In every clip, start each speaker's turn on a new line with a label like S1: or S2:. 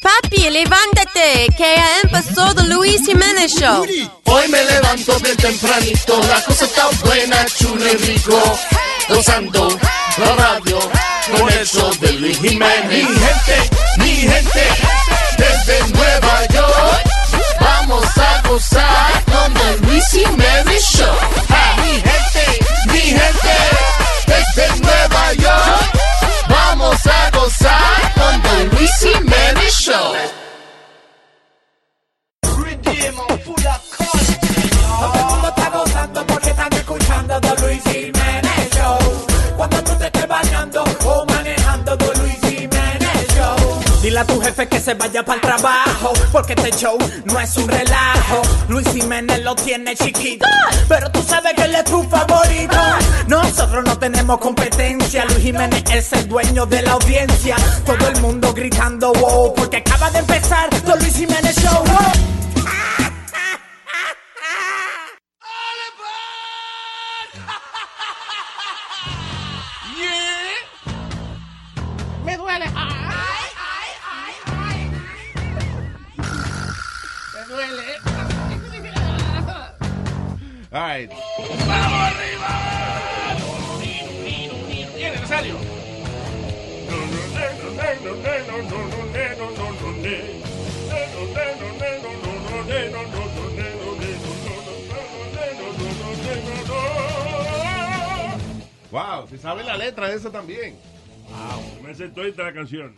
S1: Papi, levántate, que ha empezado Luis Jiménez Show.
S2: Hoy me levanto bien tempranito, la cosa está buena, chulo y rico. Gozando la radio con el show de Luis Jiménez. Mi gente, mi gente, desde Nueva York, vamos a gozar con el Luis Jiménez Show. Ah, Mi gente, mi gente, desde Nueva York, vamos a gozar con el Luis Jiménez Show.
S3: Todo el mundo está gozando porque están escuchando The Luis Jiménez Show. Cuando tú te estés bañando o manejando The Luis Jiménez Show. Dile a tu jefe que se vaya para el trabajo porque este show no es un relajo. Luis Jiménez lo tiene chiquito, pero tú sabes que él es tu favorito. Nosotros no tenemos competencia, Luis Jiménez es el dueño de la audiencia. Todo el mundo gritando wow porque acaba de empezar The Luis Jiménez Show. wow.
S4: Me duele. Ay, ay, ay, ay. Me duele.
S5: All right.
S4: ¡Vamos arriba! Bien, Nazario.
S5: Wow, se sabe la letra de esa también.
S6: Ah, Me sé toda la canción.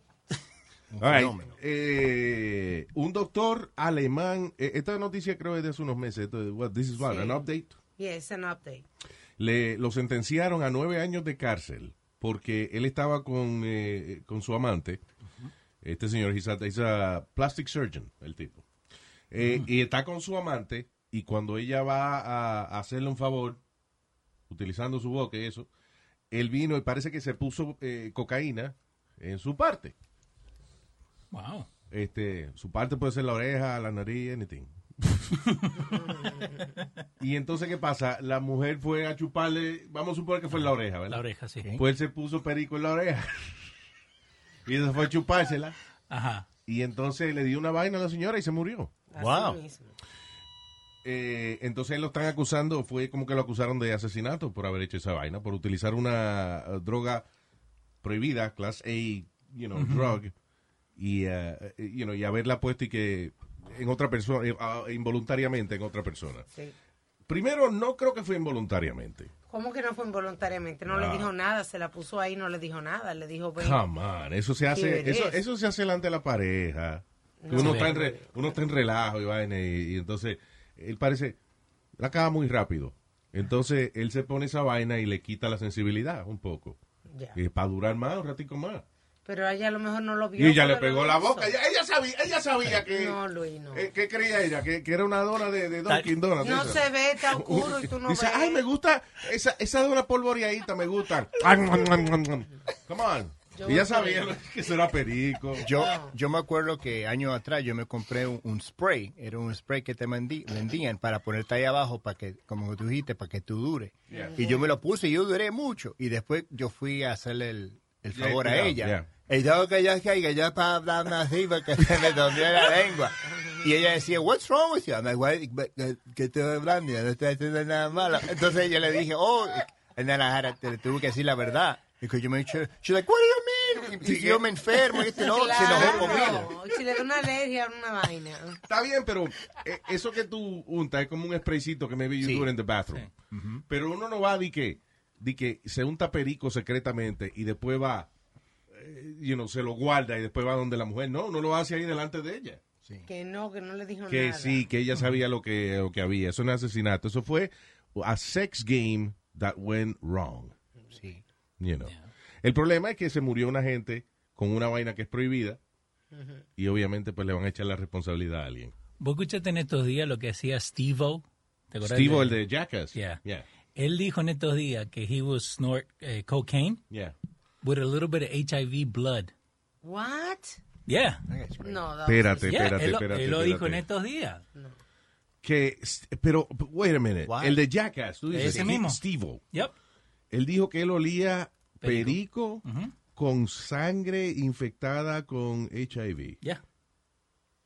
S5: All right. Eh, un doctor alemán, eh, esta noticia creo es de hace unos meses, esto es- what, this is what,
S7: Sí.
S5: an update.
S7: Yes, an update.
S5: Le, lo sentenciaron a nueve años de cárcel porque él estaba con, eh, con su amante. Este señor, he's a, he's a plastic surgeon, el tipo. Eh, Y está con su amante y cuando ella va a, a hacerle un favor, utilizando su boca y eso, él vino y parece que se puso eh, cocaína en su parte.
S8: Wow.
S5: Este, su parte puede ser la oreja, la nariz, anything. y entonces, ¿qué pasa? La mujer fue a chuparle, vamos a suponer que fue en la oreja, ¿verdad?
S8: La oreja, sí.
S5: Pues él se puso perico en la oreja. y se fue a chupársela.
S8: Ajá.
S5: Y entonces le dio una vaina a la señora y se murió.
S7: Así
S9: Wow.
S7: mismo.
S5: Eh, entonces lo están acusando, fue como que lo acusaron de asesinato por haber hecho esa vaina, por utilizar una eh, droga prohibida, class A, you know, drug, y, eh, you know, y haberla puesto y que en otra persona, eh, ah, involuntariamente en otra persona.
S7: Sí.
S5: Primero, no creo que fue involuntariamente.
S7: ¿Cómo que no fue involuntariamente? No le
S5: Ah.
S7: dijo nada, se la puso ahí, no le dijo nada. Le dijo, ven.
S5: Come on, eso se
S7: ¿Qué
S5: hace,
S7: eres?
S5: eso, eso se hace delante de la pareja. Que
S7: No.
S5: uno, está en re- uno está en relajo y vaina, y, y entonces él parece, la acaba muy rápido. Entonces él se pone esa vaina y le quita la sensibilidad un poco.
S7: Ya.
S5: para durar más, un ratico más.
S7: Pero ella a lo mejor no lo vio.
S5: Y ella le
S7: porque
S5: pegó
S7: no
S5: la
S7: lo
S5: boca.
S7: hizo.
S5: Ella, ella sabía, ella sabía que,
S7: No, Luis, no.
S5: eh, que creía ella, que, que era una dona de, de Dunkin' Donuts.
S7: No
S5: esa.
S7: se ve, está oscuro y tú no
S5: Dice,
S7: ves.
S5: ay, me gusta, esa, esa dona polvoreadita me gusta. Come on.
S7: Yo
S5: Y ya
S7: no sabía.
S5: sabía que eso era perico.
S9: Yo, yo me acuerdo que años atrás yo me compré un, un spray. Era un spray que te mandí- vendían para ponerte ahí abajo, para que, como tú dijiste, para que tú dure.
S5: Yeah.
S9: Y yo me lo puse y yo duré mucho. Y después yo fui a hacerle el, el
S5: Yeah,
S9: favor
S5: yeah,
S9: a ella.
S5: yeah.
S9: Y yo que yo caiga, yo estaba hablando así porque se me dormía la lengua. Y ella decía, what's wrong with you? I'm like, "Why- but, uh, ¿qué estoy hablando? Yo no estoy haciendo nada malo. Entonces yo le dije, oh, and then I had to- le tuve que decir la verdad. Because you make sure, she's like, what do you mean? Y, y yo me enfermo, y este no, se enojó conmigo.
S7: Claro. Si le da una alergia, una vaina.
S5: Está bien, pero eh, eso que tú untas es como un spraycito que maybe you
S9: Sí.
S5: do it in the bathroom. Pero uno no va de que, de que se unta perico secretamente y después va, eh, you know, se lo guarda y después va donde la mujer. No, uno lo hace ahí delante de ella.
S7: Que no, que no le dijo
S5: Que
S7: nada.
S5: sí, que ella sabía lo que, lo que había. Eso no es asesinato. Eso fue a sex game that went wrong.
S9: Sí.
S5: You know. El problema es que se murió una gente con una vaina que es prohibida y obviamente pues le van a echar la responsabilidad a alguien.
S8: Vos escuchaste en estos días lo que hacía Steve-O. ¿Te acuerdas
S5: Steve,
S8: de-
S5: el de Jackass.
S8: Yeah.
S5: Yeah.
S8: Él dijo en estos días que he would snort eh, cocaine
S5: Yeah.
S8: with a little bit of HIV blood.
S7: What?
S8: Yeah.
S7: No, that was-
S5: Espérate,
S8: Yeah,
S5: espérate,
S8: él, lo-
S5: espérate.
S8: él lo dijo en
S5: espérate.
S8: estos días.
S5: Que, pero, wait a minute.
S9: What?
S5: El de Jackass, tú dices.
S8: Ese mismo.
S5: Steve,
S8: Yep.
S5: él dijo que él olía
S8: Perico.
S5: perico, con sangre infectada con HIV.
S8: Yeah,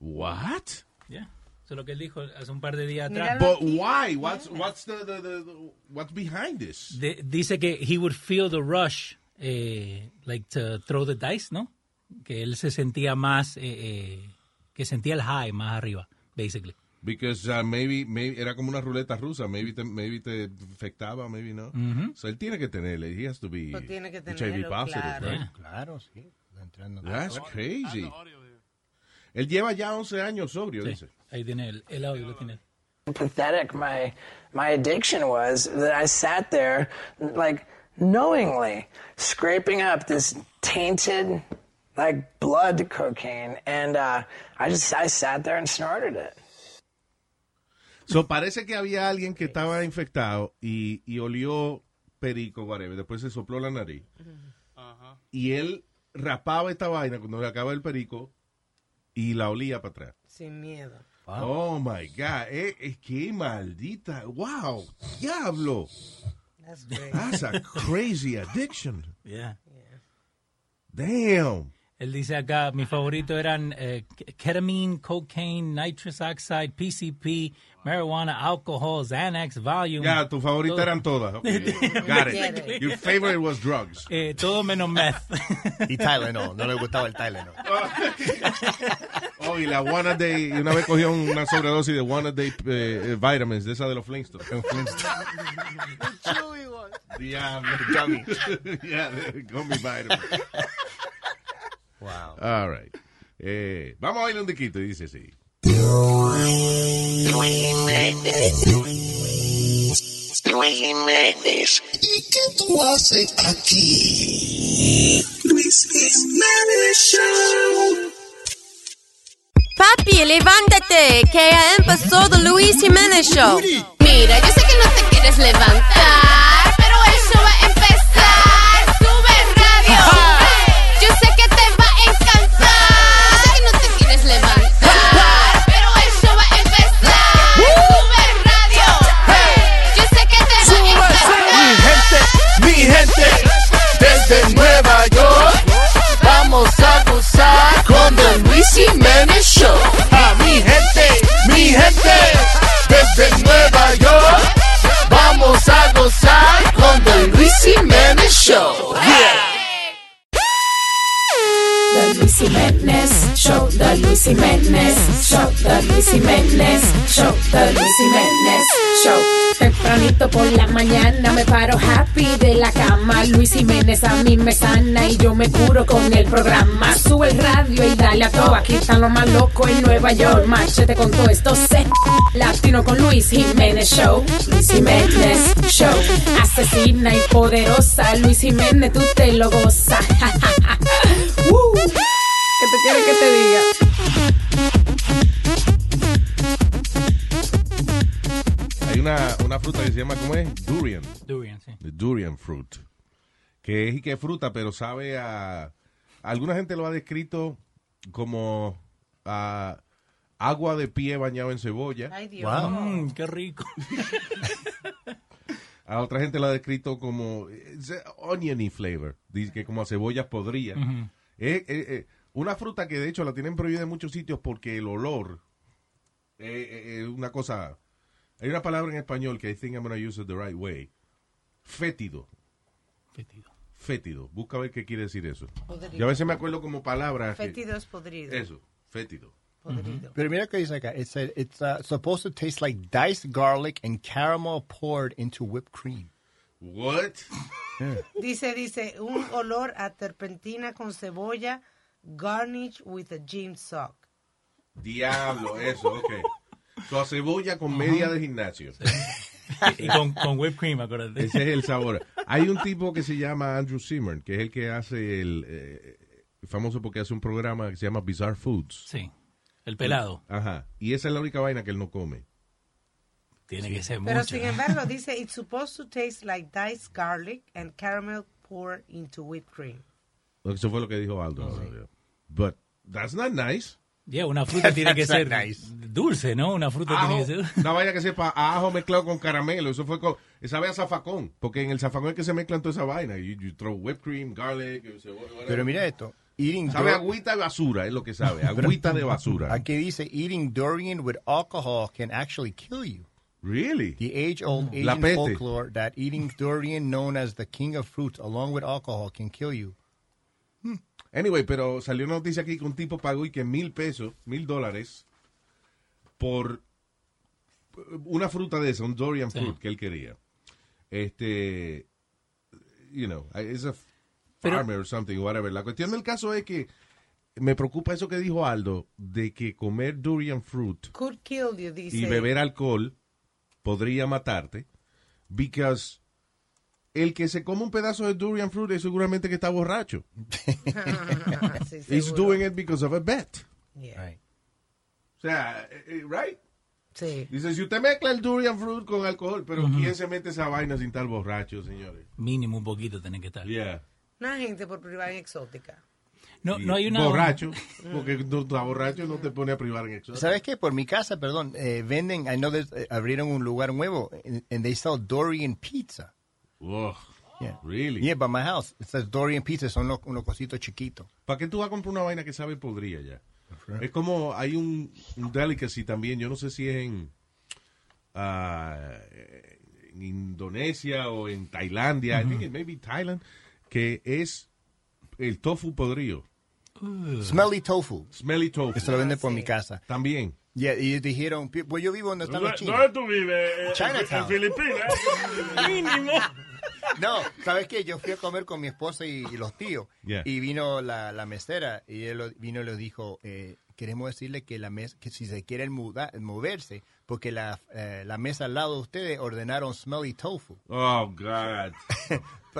S5: What?
S8: yeah. Eso es lo que él dijo hace un par de días
S7: Mira
S8: atrás.
S5: But why? What's what's the, the, the, the- what's behind this?
S8: De- dice que he would feel the rush, eh, like to throw the dice, ¿no? Que él se sentía más, eh, eh, que sentía el high más arriba, basically.
S5: Because uh, maybe, maybe era como una ruleta rusa, maybe te, maybe te infectaba, maybe no.
S8: Mm-hmm.
S5: So él tiene que tenerle, he has to be
S7: Lo tiene que
S5: HIV
S7: tenerlo,
S5: positive,
S7: claro.
S5: right?
S9: Claro, sí. Entrando.
S5: That's crazy. Él lleva ya 11 años sobrio,
S8: Sí.
S5: dice.
S8: Ahí tiene el, el audio, lo tiene.
S10: pathetic my my addiction was that I sat there like knowingly scraping up this tainted like blood cocaine and uh, I just I sat there and snorted it.
S5: So, parece que había alguien que estaba infectado y, y olió perico, whatever. Después se sopló la nariz. Y él rapaba esta vaina cuando le acaba el perico y la olía para atrás.
S7: Sin miedo.
S5: Oh my God. Eh, eh, qué maldita. Wow. Diablo.
S7: That's great.
S5: That's a crazy addiction.
S8: Yeah.
S5: Damn.
S8: Él dice acá, mi favorito eran eh, ketamine, cocaine, nitrous oxide, PCP, marijuana, alcohol, Xanax, Valium.
S5: Ya, tu favorita
S8: Todo.
S5: eran todas. Okay. Got it. Your favorite was drugs.
S8: Eh, todo menos meth.
S9: Y Tylenol, no le gustaba el Tylenol.
S5: Oh, y la one a day, y una vez cogió una sobredosis de one a day eh, eh, vitamins, de esa de los Flintstones. Diablo.
S9: Gummy.
S5: yeah, the gummy vitamins.
S9: Wow.
S5: All right. Eh, vamos a ir un diquito, y dice sí.
S2: Luis Jiménez. ¿Y qué tú haces aquí? Luis Jiménez Show.
S1: Papi, levántate, que ya empezó The Luis Jiménez Show. Mira, yo sé que no te quieres levantar, pero el show va a empezar. Sube radio. Yo sé que te va a encantar. Yo sé que no te quieres levantar, pero el show va a empezar. Sube radio. Yo sé que te va a encantar.
S2: Mi gente, mi gente, desde Nueva York, vamos a gozar con el Luis Jiménez Show. A mi gente, mi gente, desde Nueva York, vamos a gozar con el Luis Jiménez Show. Yeah.
S11: The Luis Jiménez Show, The Luis Jiménez Show, The Luis Jiménez Show, The Luis Jiménez Show. Tempranito por la mañana me paro happy de la cama. Luis Jiménez a mí me sana y yo me curo con el programa. Sube el radio y dale a todo. Aquí están los más locos en Nueva York. Márchate con todo esto. Se latino con Luis Jiménez Show. Luis Jiménez Show. Asesina y poderosa. Luis Jiménez, tú te lo gozas. Uh. Woo. ¿Qué te quiere que te diga?
S5: Hay una, una fruta que se llama, ¿cómo es? Durian.
S8: Durian, sí.
S5: The durian fruit. Que es y que es fruta, pero sabe a. Alguna gente lo ha descrito como a agua de pie bañado en cebolla.
S7: Ay, Dios.
S9: Wow.
S8: Mm, qué rico.
S5: A otra gente lo ha descrito como it's a oniony flavor. Dice que como a cebollas podría. Es- es- es eh, una fruta que de hecho la tienen prohibida en muchos sitios porque el olor eh, eh, es una cosa. Hay una palabra en español que I think I'm gonna use it the right way. Fétido.
S8: Fétido.
S5: Fétido. Busca a ver qué quiere decir eso.
S7: Podrido.
S5: Yo a veces me acuerdo como palabra. que-
S7: Fétido es podrido.
S5: Eso, fétido. Mm-hmm.
S7: Podrido.
S9: Pero mira que dice acá. It said it's uh, supposed to taste like diced garlic and caramel poured into whipped cream.
S5: What?
S7: Dice, dice, un olor a terpentina con cebolla, garnish with a gym sock.
S5: Diablo, eso, ok. So, a cebolla con media de gimnasio.
S8: Y con, con whipped cream, acuérdate.
S5: Ese es el sabor. Hay un tipo que se llama Andrew Zimmern, que es el que hace el eh, famoso porque hace un programa que se llama Bizarre Foods.
S8: Sí. El pelado.
S5: Ajá. Y esa es la única vaina que él no come.
S8: Tiene que ser
S7: Pero
S8: mucho.
S7: sin embargo, dice, it's supposed to taste like diced garlic and caramel poured into whipped cream.
S5: Eso fue lo que dijo Aldo. But that's not nice.
S8: Yeah, una fruta tiene que
S9: That's
S8: ser
S9: not nice.
S8: dulce, ¿no? Una fruta
S5: Ajo,
S8: tiene que ser...
S5: una vaina que sepa a ajo mezclado con caramelo. Eso fue co- Eh, Sabe a zafacón, porque en el zafacón es que se mezclan toda esa vaina. You, you throw whipped cream, garlic, you say, whatever.
S9: Pero mira esto. Eating
S5: Sabe
S9: dor-
S5: agüita de basura, es lo que sabe.
S9: Pero-
S5: Agüita de basura.
S9: Aquí dice, eating durian with alcohol can actually kill you.
S5: Really? Mm.
S9: The age-old Asian
S5: La peste.
S9: folklore that eating durian, known as the king of fruits, along with alcohol, can kill you.
S5: Anyway, pero salió una noticia aquí que un tipo pagó y que mil pesos, mil dólares, por una fruta de esa, un durian fruit que él quería. Este, you know, es a farmer or something, whatever. La cuestión del caso es que me preocupa eso que dijo Aldo, de que comer durian fruit
S7: Could kill you, dice.
S5: y beber alcohol podría matarte, because el que se come un pedazo de durian fruit es seguramente que está borracho.
S7: Sí,
S5: He's
S7: seguro.
S5: doing it because of a bet.
S7: Yeah.
S5: O sea, eh, eh, right?
S7: Sí.
S5: Dice, si usted mezcla el durian fruit con alcohol, pero ¿quién se mete esa vaina sin tal borracho, señores?
S8: Mínimo un poquito tiene que estar.
S7: Una gente por privada en exótica.
S8: No,
S5: Y
S8: no hay una...
S5: Borracho, porque tú estás borracho no te pone a privar en exótico.
S9: ¿Sabes qué? Por mi casa, perdón, eh, venden, I know that eh, abrieron un lugar nuevo, and, and they sell Dorian pizza.
S5: Ugh,
S9: Yeah.
S5: Really?
S9: Yeah, by my house. It says Dorian pizza, son unos, unos cositos chiquitos.
S5: ¿Para qué tú vas a comprar una vaina que sabe podría ya? Es como, hay un, un delicacy también, yo no sé si es en, ah, en Indonesia o en Tailandia, I think it may be Thailand, que es el tofu podrido.
S9: Smelly tofu.
S5: Smelly tofu.
S9: Eso lo venden por mi casa.
S5: También.
S9: Yeah, y dijeron, pi- pues yo vivo donde están los chinos.
S6: ¿Dónde tú vives? Eh,
S9: Chinatown.
S6: En Filipinas. Mínimo.
S9: No, ¿sabes qué? Yo fui a comer con mi esposa y, y los tíos.
S5: Yeah.
S9: Y vino la, la mesera y él lo- vino y le dijo, eh, queremos decirle que la mesa, que si se quieren muda- moverse, porque la, eh, la mesa al lado de ustedes ordenaron smelly tofu.
S5: Oh, God.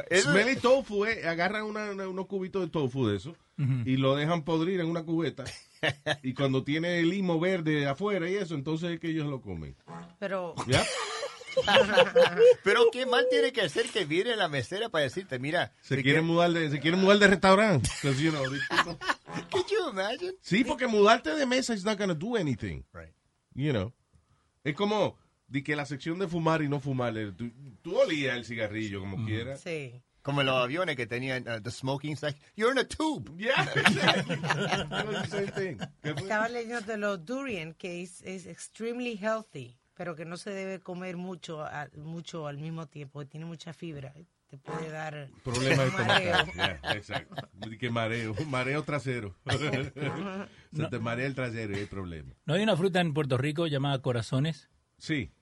S9: Eso-
S5: Smelly tofu, eh, agarran una- una- unos cubitos de tofu de eso
S9: Ujú.
S5: y lo dejan podrir en una cubeta. y cuando tiene el limo verde afuera y eso, entonces es que ellos lo comen.
S7: Pero
S5: ¿Ya?
S9: Pero qué mal tiene que ser que viene la mesera para decirte, mira,
S5: Se quieren mudar de, se quieren mudar de restaurante. 'Cause, you know, they-
S9: could you imagine?
S5: sí, porque mudarte de mesa is not gonna do anything.
S9: Right.
S5: You know. Es como de que la sección de fumar y no fumar, eh, tú, tú olías el cigarrillo como quieras.
S7: Sí.
S9: Como en los aviones que tenían uh, the smoking section. You're in a tube.
S5: Yeah.
S7: estaba leyendo de los durian que es es extremely healthy, pero que no se debe comer mucho a- mucho al mismo tiempo, que tiene mucha fibra. Te puede dar
S5: Problema
S7: mareo.
S5: estomacal. Yeah, exacto. Di Que mareo, mareo trasero. Se te marea el trasero y hay problema.
S8: ¿No hay una fruta en Puerto Rico llamada corazones?
S5: Sí.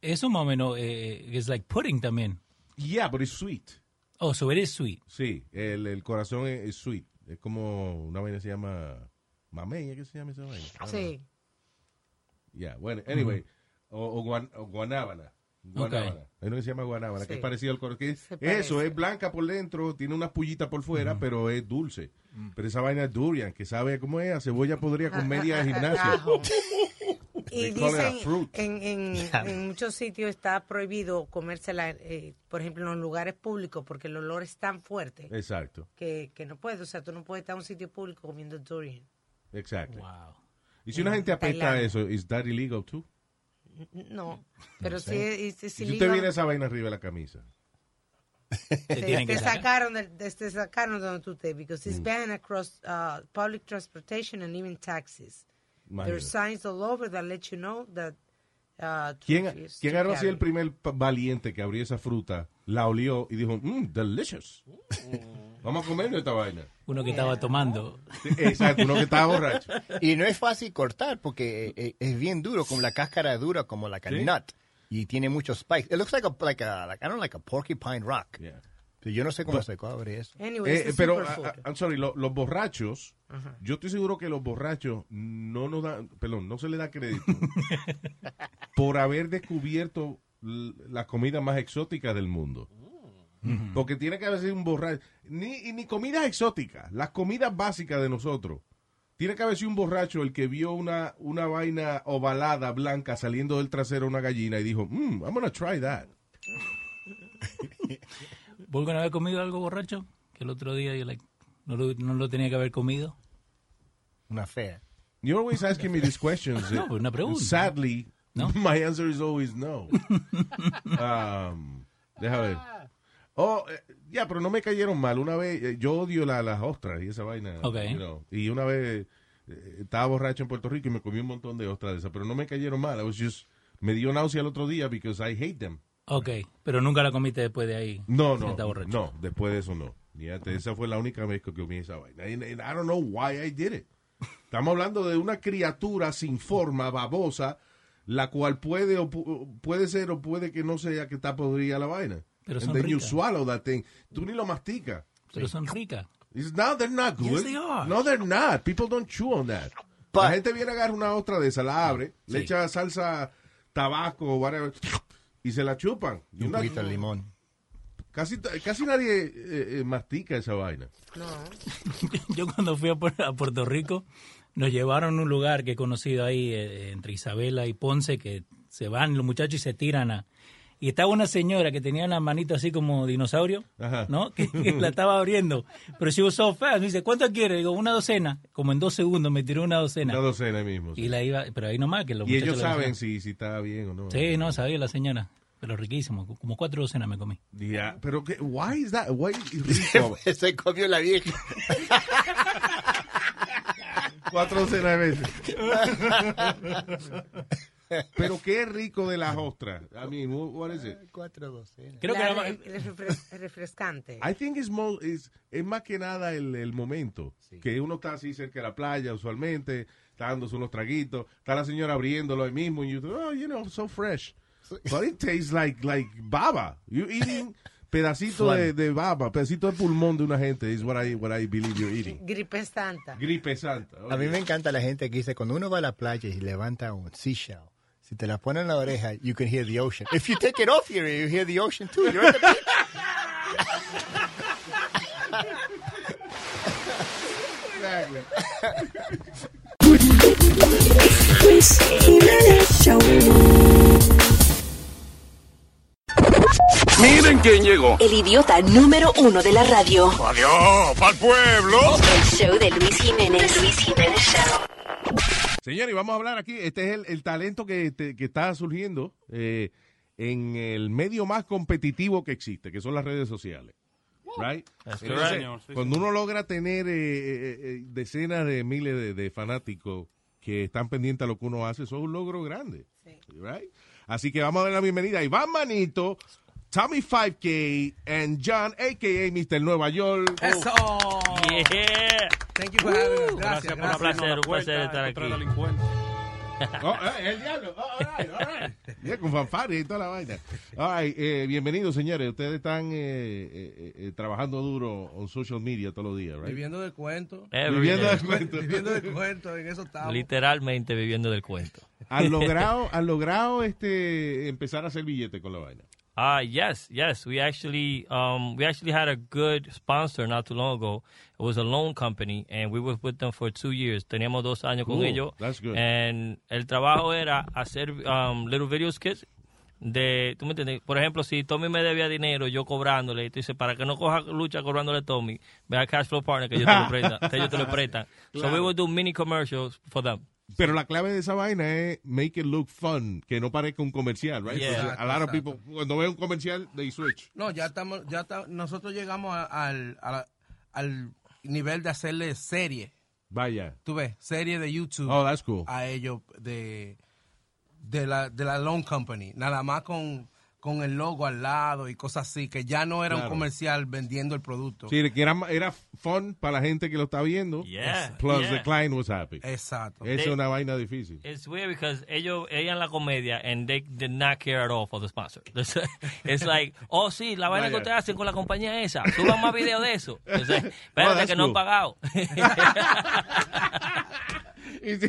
S8: Eso más o menos eh, es like pudding también.
S5: Yeah, but it's sweet.
S8: Oh, so it is sweet.
S5: Sí, el, el corazón es, es sweet. Es como una vaina que se llama mameña, ¿qué se llama esa vaina? I don't
S7: Sí.
S5: know. Yeah, bueno, anyway. O, o guan- o guanábana. Guanábana.
S8: Ok.
S5: Hay uno que se llama guanábana, que
S8: Sí.
S5: es parecido al corazón. que es-
S8: Se parece.
S5: Eso, es blanca por dentro, tiene una pullita por fuera, pero es dulce. Pero esa vaina es durian, que sabe cómo es, a cebolla podría con media de gimnasio.
S7: Ajo. Y
S5: They call it a
S7: dicen,
S5: fruit.
S7: en, en,
S5: Yeah.
S7: en muchos sitios está prohibido comérsela, eh, por ejemplo, en los lugares públicos, porque el olor es tan fuerte
S5: Exacto.
S7: que, que no puedes. O sea, tú no puedes estar en un sitio público comiendo durian.
S5: Exacto.
S8: Wow.
S5: Y si una gente apesta
S7: Tailandia.
S5: eso, ¿is that illegal too?
S7: No, pero
S5: No
S7: sí, este,
S5: sé.
S7: es- es- es
S5: Si usted
S7: illegal.
S5: viene esa vaina arriba de la camisa.
S7: Te, te sacaron del- de, te sacaron de donde tú te because it's
S5: Mm.
S7: banned across uh, public transportation and even taxis. There are
S5: Imagínate.
S7: signs all over that let you know that. Uh, to
S5: ¿Quién,
S7: refuse
S5: ¿quién
S7: to
S5: era así
S7: carry.
S5: el primer pa- valiente que abrió esa fruta, la olió y dijo, mmm, delicious? Vamos a comer esta vaina.
S8: Uno que estaba tomando.
S5: Sí, Exacto, uno que estaba borracho.
S9: Y no es fácil cortar porque eh, eh, es bien duro, como la cáscara dura, como la canut. Y tiene muchos spikes. It looks like a, like a like, I don't know, like a porcupine rock. Pero yo no sé cómo
S5: But-
S9: se cobre eso.
S7: Anyway,
S5: Eh,
S7: it's a
S5: pero,
S7: superfood.
S5: ah, ah, I'm sorry, lo- los borrachos,
S7: Ajá.
S5: yo estoy seguro que los borrachos no nos dan, perdón, no se le da crédito por haber descubierto l- las comidas más exóticas del mundo. Porque tiene que haber sido un borracho. Ni, y ni comidas exóticas, las comidas básicas de nosotros. Tiene que haber sido un borracho el que vio una, una vaina ovalada blanca saliendo del trasero de una gallina y dijo, mmm, I'm gonna try that.
S8: ¿Vos alguna vez comido algo borracho? Que el otro día yo like, no, lo, no lo tenía que haber comido.
S9: Una fea.
S5: You're always asking me these questions.
S8: No, pues una pregunta.
S5: Sadly, my answer is always no. Um, Deja ver. Oh, eh, ya, pero no me cayeron mal. Una vez, eh, yo odio la- las ostras y esa vaina.
S8: Ok.
S5: you know. Y una vez eh, estaba borracho en Puerto Rico y me comí un montón de ostras de esas, pero no me cayeron mal. I was just- me dio náusea el otro día because I hate them.
S8: Ok, pero nunca la comiste después de ahí.
S5: No,
S8: si
S5: no,
S8: está borracho.
S5: no, después de eso no. Ni antes, esa fue la única vez que comí esa vaina. And- and I don't know why I did it. Estamos hablando de una criatura sin forma, babosa, la cual puede o pu- puede ser o puede que no sea que está podrida la vaina.
S8: Pero
S5: And
S8: son
S5: then you
S8: ricas.
S5: swallow that thing. Tú ni lo masticas.
S8: Pero son ricas.
S5: It's- No, they're not good.
S8: Yes, they are.
S5: No, they're not. People don't chew on that. la gente viene a agarrar una ostra de esa, la abre, le
S9: Sí.
S5: echa salsa, tabaco, whatever, y se la chupan. Y
S9: Un
S5: una-
S9: poquito de limón.
S5: Casi, casi nadie eh, eh, mastica esa vaina.
S8: Yo cuando fui a, Pu- a Puerto Rico, nos llevaron a un lugar que he conocido ahí eh, entre Isabela y Ponce, que se van los muchachos y se tiran a... Y estaba una señora que tenía la manito así como dinosaurio, ¿no? Que, que la estaba abriendo. Pero she was so fast. Me dice, ¿cuánto quiere? Digo, una docena. Como en dos segundos me tiró una docena.
S5: Una docena mismo. sí.
S8: Y la iba... Pero ahí nomás que los
S5: Y
S8: muchachos
S5: ellos
S8: la
S5: saben
S8: docenan.
S5: si, si está bien o no.
S8: Sí, no, sabía la señora. Pero riquísimo. Como cuatro docenas me comí.
S5: Ya, pero que, why is that? Why is rico?
S9: Pues, Se comió la vieja.
S5: Cuatro docenas de veces. pero qué rico de las ostras. I mean, wha- what is it?
S9: Cuatro docenas.
S7: Creo
S5: Creo
S7: que
S5: que
S7: era
S5: la-
S7: refrescante.
S5: I think it's mo- it's- es más que nada el, el momento. Que uno está así cerca de la playa usualmente, está dándose unos traguitos, está la señora abriéndolo ahí mismo y you oh, you know, so fresh. But it tastes like, like baba. You eating pedacito de, de baba, pedacito de pulmón de una gente is what I, what I believe you're eating.
S7: Gripe santa.
S5: Gripe santa.
S9: A mí me encanta la gente que dice, cuando uno va a la playa y levanta un seashell, si te la ponen en la oreja, you can hear the ocean. If you take it off your ear, you hear the ocean too. You're at the beach.
S12: Luis Jiménez Show.
S13: Miren quién llegó.
S12: El idiota número uno de la radio.
S13: Adiós, pa'l pueblo.
S12: El show de Luis Jiménez. Luis Jiménez Show.
S5: Señores, vamos a hablar aquí. Este es el, el talento que, te- que está surgiendo eh, en el medio más competitivo que existe, que son las redes sociales. Right?
S14: That's
S5: Entonces,
S14: correct. Señor, sí,
S5: cuando
S14: señor.
S5: uno logra tener eh, eh, eh, decenas de miles de, de fanáticos que están pendientes a lo que uno hace, eso es un logro grande. Right? Así que vamos a dar la bienvenida a Iván Manito, Tommy 5K, and John, a.k.a. Mr. Nueva York.
S15: Eso. Yeah. Thank you for having us. Gracias,
S14: por
S15: gracias.
S14: placer, un placer estar aquí.
S5: Oh, eh, el diablo. Oh, all right, all right. Yeah, con fanfares y toda la vaina. All right, eh, bienvenidos, señores. Ustedes están eh, eh, eh, trabajando duro en social media todos los días, right?
S15: Viviendo del cuento.
S5: Eh, Viviendo del cuento.
S15: Viviendo del cuento, en eso estamos.
S14: Literalmente viviendo del cuento.
S5: ¿Han logrado, han logrado este, empezar a hacer billete con la vaina?
S14: Uh, yes, yes. We actually, um, we actually had a good sponsor not too long ago. It was a loan company, and we were with them for two years. Teníamos dos años con
S5: Cool.
S14: ellos.
S5: That's good.
S14: And el trabajo era hacer um, little video skits de, ¿tú me entiendes? Por ejemplo, si Tommy me debía dinero, yo cobrándole, tú dices, para que no coja lucha cobrándole a Tommy, ve a Cash Flow Partner que ellos te lo prestan. que ellos te lo prestan. So we
S5: Claro.
S14: would do mini commercials for them.
S5: Pero la clave de esa vaina es make it look fun, que no parezca un comercial, right?
S14: Yeah.
S5: Because A lot of people, cuando ve un comercial, they switch.
S15: No, ya estamos, ya está- nosotros llegamos a- al, a la- al nivel de hacerle serie.
S5: Vaya.
S15: Tú ves, serie de YouTube.
S5: Oh, that's cool.
S15: A ellos de, de, la, de la Loan Company. Nada más con, con el logo al lado y cosas así, que ya no era
S5: Claro.
S15: un comercial vendiendo el producto.
S5: Sí, que era, era fun para la gente que lo está viendo.
S14: Yeah,
S5: Plus
S14: yeah.
S5: the client was happy.
S15: Exacto.
S5: Esa es
S14: They-
S5: una vaina difícil.
S14: It's weird because ellos, ella en la comedia, and they did not care at all for the sponsor. It's like, oh sí, la vaina que
S5: Vaya.
S14: ustedes hacen con la compañía esa, suban más videos de eso. It's like,
S5: Oh,
S14: Espérate
S5: that's
S14: que no han
S5: cool.
S14: pagado.
S5: es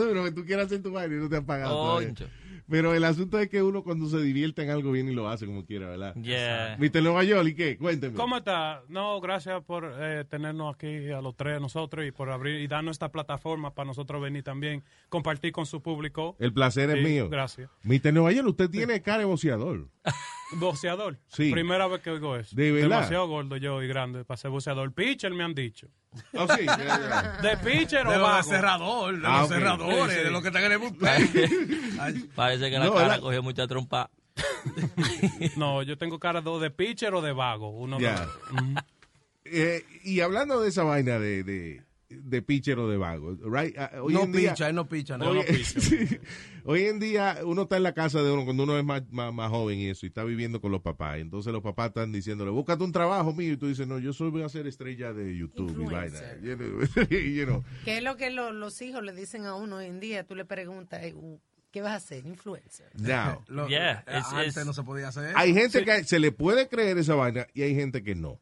S5: duro que tú quieras hacer tu baile y no te han pagado. todavía.
S14: Concho.
S5: Pero el asunto es que uno cuando se divierte en algo bien y lo hace como quiera, ¿verdad?
S14: Yeah.
S5: ¿Viste Nueva York y qué? Cuénteme.
S16: ¿Cómo está? No, gracias por eh, tenernos aquí a los tres nosotros y por abrir y darnos esta plataforma para nosotros venir también, compartir con su público.
S5: El placer es
S16: Sí,
S5: mío.
S16: Gracias.
S5: Mr. Nueva York, usted tiene cara de boceador.
S16: Boxeador.
S5: Sí.
S16: Primera vez que oigo eso.
S5: De verdad.
S16: Demasiado gordo yo y grande para ser boxeador. Pitcher me han dicho.
S5: Oh, sí. De
S16: pitcher o
S15: De los
S16: vago.
S15: cerradores, de
S14: Ah,
S15: los
S14: ok.
S15: cerradores,
S14: Sí, sí.
S15: de los que están en el buffet.
S14: Parece que la
S15: No,
S14: cara
S15: la-
S14: cogió mucha trompa.
S16: no, yo tengo cara de, o de pitcher o de vago. Uno de
S5: Ya.
S16: los dos. Ujú.
S5: Eh, y hablando de esa vaina de, de, de pitcher o de vago, right? Ah, hoy
S15: No
S5: en día-
S15: picha, él no picha, no.
S5: Hoy,
S15: Yo no picho.
S5: sí. Hoy en día uno está en la casa de uno cuando uno es más, más, más joven y eso, y está viviendo con los papás. Entonces los papás están diciéndole, búscate un trabajo mío. Y tú dices, no, yo soy, voy a ser estrella de YouTube
S7: Influencer.
S5: y vaina. You know.
S7: ¿Qué es lo que lo- los hijos le dicen a uno hoy en día? Tú le preguntas, eh, uh, ¿qué vas a hacer? Influencer.
S5: Now,
S15: Lo-
S14: Yeah,
S15: eh,
S5: ah,
S14: it's-
S15: antes
S14: it's-
S15: no se podía
S14: Eh,
S15: hacer.
S5: hay gente que se le puede creer esa vaina y hay gente que no.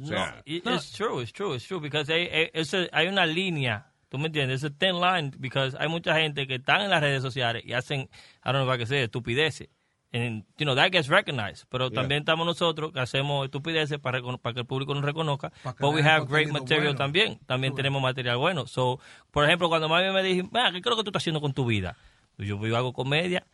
S5: O sea,
S14: No, it- it's true, it's true, it's true, because hay, hay- es a- hay una línea, tú me entiendes, es a thin line, because hay mucha gente que están en las redes sociales y hacen, I don't know if I can say, estupideces. And, you know, that gets recognized. Pero
S17: Yeah.
S14: también estamos nosotros que hacemos estupideces para, recono- para que el público nos reconozca.
S17: Para
S14: But we
S17: crear
S14: have great
S17: contenido
S14: material
S17: bueno.
S14: también. También tenemos material bueno. So, por ejemplo, cuando mami me dijo, "Ma, ¿qué creo que tú estás haciendo con tu vida? Yo, yo hago comedia.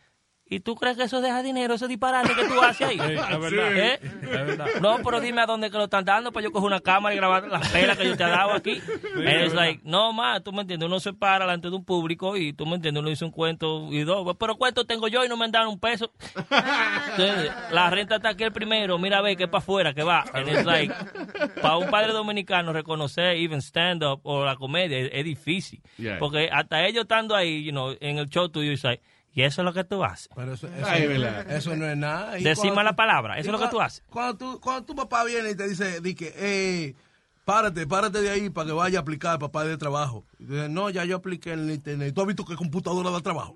S14: ¿Y tú crees que eso deja dinero, ese disparate que tú haces ahí?
S17: Sí, es verdad.
S14: ¿Eh?
S17: Es verdad.
S14: No, pero dime a dónde que lo están dando para yo coger una cámara y grabar las pelas que yo te he dado aquí. And
S17: es verdad.
S14: it's like, no más, tú me entiendes, uno se para delante de un público y tú me entiendes, uno dice un cuento y dos, pero cuento tengo yo y no me han dado un peso. Entonces, la renta está aquí el primero, mira a ver que es para afuera, que va. And it's like, para un padre dominicano reconocer even stand-up o la comedia es, es difícil.
S17: Yeah.
S14: Porque hasta ellos estando ahí, you know, en el show tuyo, it's like, y eso es lo que tú haces.
S15: Pero eso, eso-
S14: Ay, verdad.
S15: eso no es nada. Y
S14: Decir
S15: cuando-
S14: mala palabra, eso
S15: y
S14: es lo que
S15: cua-
S14: tú haces.
S15: Cuando tu, cuando tu papá viene y te dice, di que, eh, párate, párate de ahí para que vaya a aplicar papá de trabajo. Y dice, no, ya yo apliqué en el internet. ¿Tú has visto que computadora da trabajo?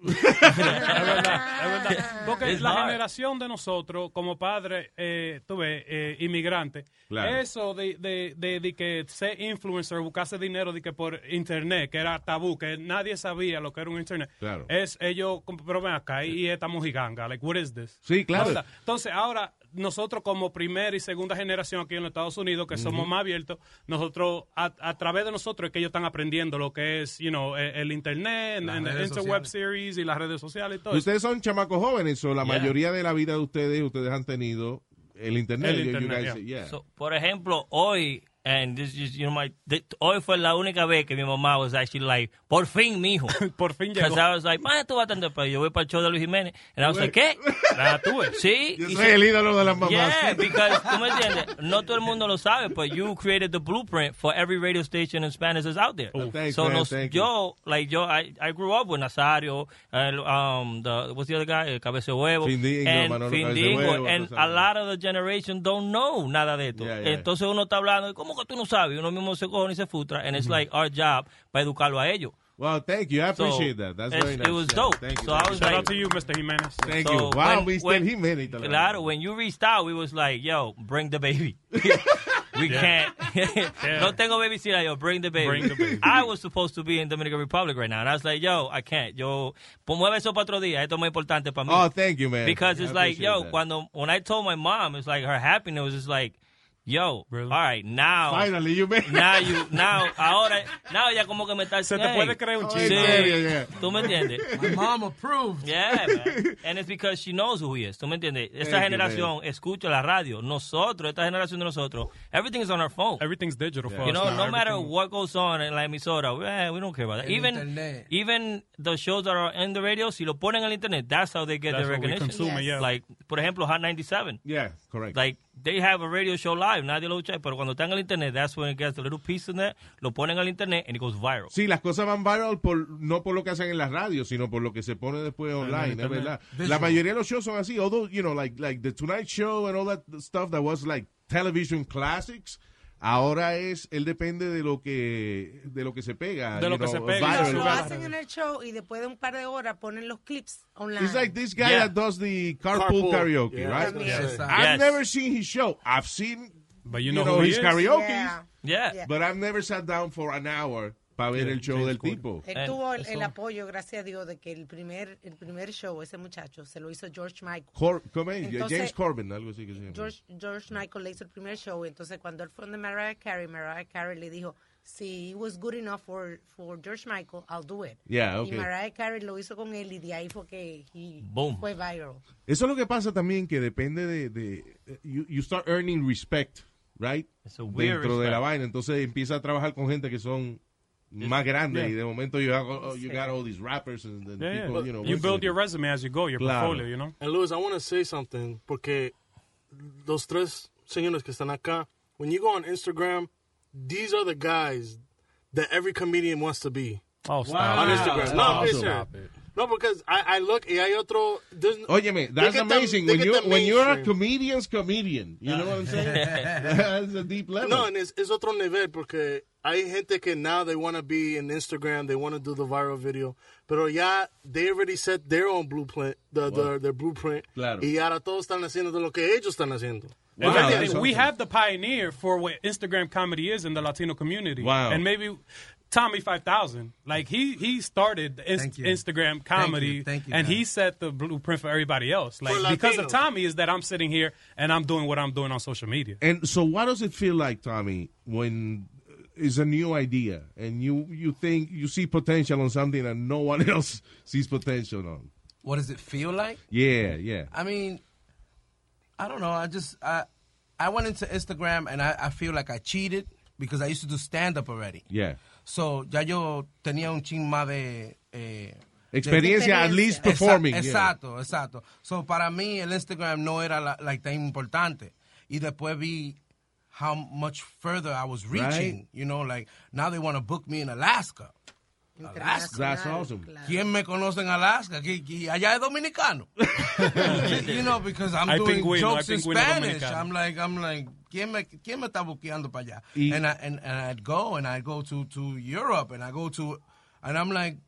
S16: Porque
S15: It's
S16: la
S15: hard.
S16: generación de nosotros, como padres, eh, tú ves, eh, inmigrantes,
S5: Claro.
S16: eso de, de, de, de que ser influencer, buscarse dinero de que por internet, que era tabú, que nadie sabía lo que era un internet,
S5: Claro.
S16: es ellos, com- pero ven acá, y esta mojiganga, like, what is this?
S5: Sí, claro.
S16: Onda. Entonces, ahora, nosotros como primera y segunda generación aquí en los Estados Unidos, que somos
S5: Ujú.
S16: más abiertos, nosotros, a, a través de nosotros es que ellos están aprendiendo lo que es, you know, e, el, el internet,
S15: Las
S16: and the
S15: redes
S16: interweb series y las redes sociales y todo eso.
S5: ustedes son chamacos jóvenes, o la
S16: Yeah.
S5: mayoría de la vida de ustedes, ustedes han tenido el internet.
S16: El
S5: You- you
S16: internet,
S5: guys- yeah.
S14: So, por ejemplo, hoy, and this is, you know, my, th- hoy fue la única vez que mi mamá was actually like, por fin, mijo.
S16: por fin
S14: llegó. I was like, "Ma, tú vas tan despacio". Yo voy para el show de Luis Jiménez. And I was like, ¿qué? Ah, tú ves. Sí.
S5: Yo
S14: y
S5: soy
S14: se-
S5: el ídolo de las mamás.
S14: Yeah, because, tú me entiendes, no todo el mundo lo sabe, but you created the blueprint for every radio station in Spanish that's out there.
S5: Thanks,
S14: so
S5: man,
S14: nos-
S5: Oh, thank
S14: yo, like yo, I, I grew up with Nazario, el, um, the, what's the other guy? El Cabeza de Huevo.
S5: Findingo,
S14: and
S5: Manolo Cabeza de
S14: Findingo,
S5: Huevo,
S14: and
S5: tú
S14: a
S5: sabes.
S14: lot of the generation don't know nada de esto.
S5: Yeah, yeah.
S14: Entonces uno está hablando, ¿cómo que tú no sabes? Uno mismo se cojona y se frustra, and it's like our job para educarlo a ellos.
S5: Well, thank you. I appreciate that. That's
S14: it's-
S5: very
S14: It
S5: nice.
S14: was
S5: Yeah,
S14: dope.
S5: thank you,
S14: so
S5: thank
S14: I
S5: you.
S14: was
S5: Shout
S14: like,
S5: out to
S16: you, Mr. Jiménez.
S5: Thank you. Wow, Mr. Jiménez, te lo
S14: Claro, when you reached out, we was like, yo, bring the baby. we can't. no tengo baby sila, yo, bring the baby.
S17: Bring the baby.
S14: I was supposed to be in Dominican Republic right now, and I was like, yo, I can't. Yo, pues mueve eso para otro día. Esto es muy importante para mí.
S5: Oh, thank you, man.
S14: Because
S5: I
S14: it's like,
S5: appreciate
S14: yo,
S5: that.
S14: cuando, when I told my mom, it's like her happiness was just like, Yo, all right,
S16: Oh.
S14: now.
S5: Finally, you made
S14: Now you, now, ahora, now ya como que me está
S16: Se te puede creer
S5: Oh,
S16: un chiste.
S14: Sí.
S16: En serio, yeah.
S14: ¿Tú me entiendes?
S15: My mom approved.
S14: Yeah, man. And it's because she knows who he is. ¿Tú me entiendes? Esta
S16: Thank you,
S14: generación escucha la radio. Nosotros, esta generación de nosotros, everything is on our phone.
S16: Everything's digital for
S14: You
S16: us
S14: know,
S16: now.
S14: no matter
S16: Everything-
S14: what goes on en la emisora, eh, we don't care about that.
S16: El
S14: even,
S16: internet.
S14: even the shows that are in the radio, si lo ponen en el internet, that's how they get
S16: That's
S14: their
S16: what we
S14: recognition.
S16: consume, Yes. yeah.
S14: Like, por ejemplo, Hot 97.
S5: Yeah, correct.
S14: Like, they have a radio show live, nadie lo escucha, pero cuando está en el internet, that's when it gets a little piece in there, lo ponen al internet and it goes viral.
S5: Sí, las cosas van viral por, no por lo que hacen en las radios, sino por lo que se pone después online, es
S14: internet.
S5: verdad.
S14: Visual.
S5: La mayoría de los shows son así, although, you know, like, like the Tonight Show and all that stuff that was like television classics, ahora es, él depende de lo que, de lo que se pega.
S16: De lo
S5: you
S16: que
S5: know,
S16: se pega.
S7: Lo-
S5: viral,
S7: lo
S5: viral.
S7: hacen en el show y después de un par de horas ponen los clips online.
S5: It's like this guy
S17: Yeah.
S5: that does the carpool,
S17: Carpool.
S5: karaoke,
S17: Yeah.
S5: right?
S17: Yeah. Yes.
S5: I've
S17: Yes.
S5: never seen his show. I've seen,
S16: But
S5: you
S16: you
S5: know,
S16: know who he
S5: his
S16: is.
S5: karaoke.
S7: Yeah. Yeah.
S5: But I've never sat down for an hour para ver el show del tipo.
S7: Él
S16: Eh,
S7: tuvo el, el apoyo, gracias a Dios, de que el primer, el primer show, ese muchacho, se lo hizo George Michael.
S5: Cor- ¿cómo es?
S7: Entonces,
S5: James Corbin, algo así que se llama.
S7: George, George Michael le hizo el primer show, entonces cuando él fue donde Mariah Carey, Mariah Carey le dijo, si it was good enough for, for George Michael, I'll do it.
S5: Yeah,
S7: Y
S5: okay.
S7: Mariah Carey lo hizo con él y de ahí fue que he-
S5: Boom.
S7: fue viral.
S5: Eso es lo que pasa también, que depende de... de- you, you start earning respect, right?
S14: weird
S5: Dentro de la
S14: respect.
S5: vaina. Entonces empieza a trabajar con gente que son más grande
S16: Yeah.
S5: y de momento you, have, oh, you got all these rappers and then
S16: Yeah, yeah.
S5: people, you know.
S16: you
S5: what's
S16: build
S5: it-
S16: your resume as you go, your
S5: Claro.
S16: portfolio, you know.
S17: And Luis, I want to say something porque los tres señores que están acá, when you go on Instagram, these are the guys that every comedian wants to be.
S16: Oh,
S5: stop
S17: On
S5: it.
S17: Instagram.
S5: Wow.
S17: No, I'm
S5: Awesome.
S17: serious. No, because I, I look y hay otro. there's-
S5: Óyeme, that's
S17: They get the-
S5: amazing.
S17: they
S5: When
S17: get
S5: you
S17: the
S5: when you're a
S17: mainstream.
S5: comedian's comedian, you know what I'm saying? that's a deep level.
S17: No, and it's, it's otro nivel porque hay gente que now they want to be in Instagram, they want to do the viral video, pero ya they already set their own blueprint, the,
S16: Wow.
S17: the, their blueprint.
S16: Claro.
S17: Y ahora todos están haciendo de lo que ellos están haciendo.
S16: And
S17: ¿Me
S16: I think
S17: entiendes?
S16: we have the pioneer for what Instagram comedy is in the Latino community.
S17: Wow.
S16: And maybe Tommy 5000, like he he started the inst-
S15: you.
S16: Instagram
S15: Thank you,
S16: comedy
S15: thank you,
S16: and
S15: man.
S16: he set the blueprint for everybody else. Like because of
S15: Latinos.
S16: Tommy is that I'm sitting here and I'm doing what I'm doing on social media.
S5: And so, what does it feel like, Tommy, when is a new idea and you you think you see potential on something and no one else sees potential on?
S18: What does it feel like?
S5: Yeah, yeah.
S18: I mean, I don't know. I just I I went into Instagram and I, I feel like I cheated because I used to do stand up already.
S5: Yeah.
S18: So ya yo tenía un ching más de eh, de-
S5: Experiencia, at least
S18: Exa-
S5: performing, yeah.
S18: Exacto, exacto. So para mí el Instagram no era la, like tan importante y después vi how much further I was reaching.
S5: Right.
S18: You know, like now they want to book me in Alaska. Alaska.
S5: That's awesome.
S18: ¿Quién me conoce en Alaska? ¿Qui- qui- Allá es dominicano. you know, because I'm
S16: Hay
S18: doing
S16: pingüino,
S18: jokes
S16: hay
S18: in
S16: pingüino
S18: Spanish.
S16: dominicano.
S18: I'm like, I'm like, ¿quién me, quién me está buqueando para allá?
S5: Y-
S18: and, I, and, and I'd go, and I'd go to, to Europe, and I go to, and I'm like,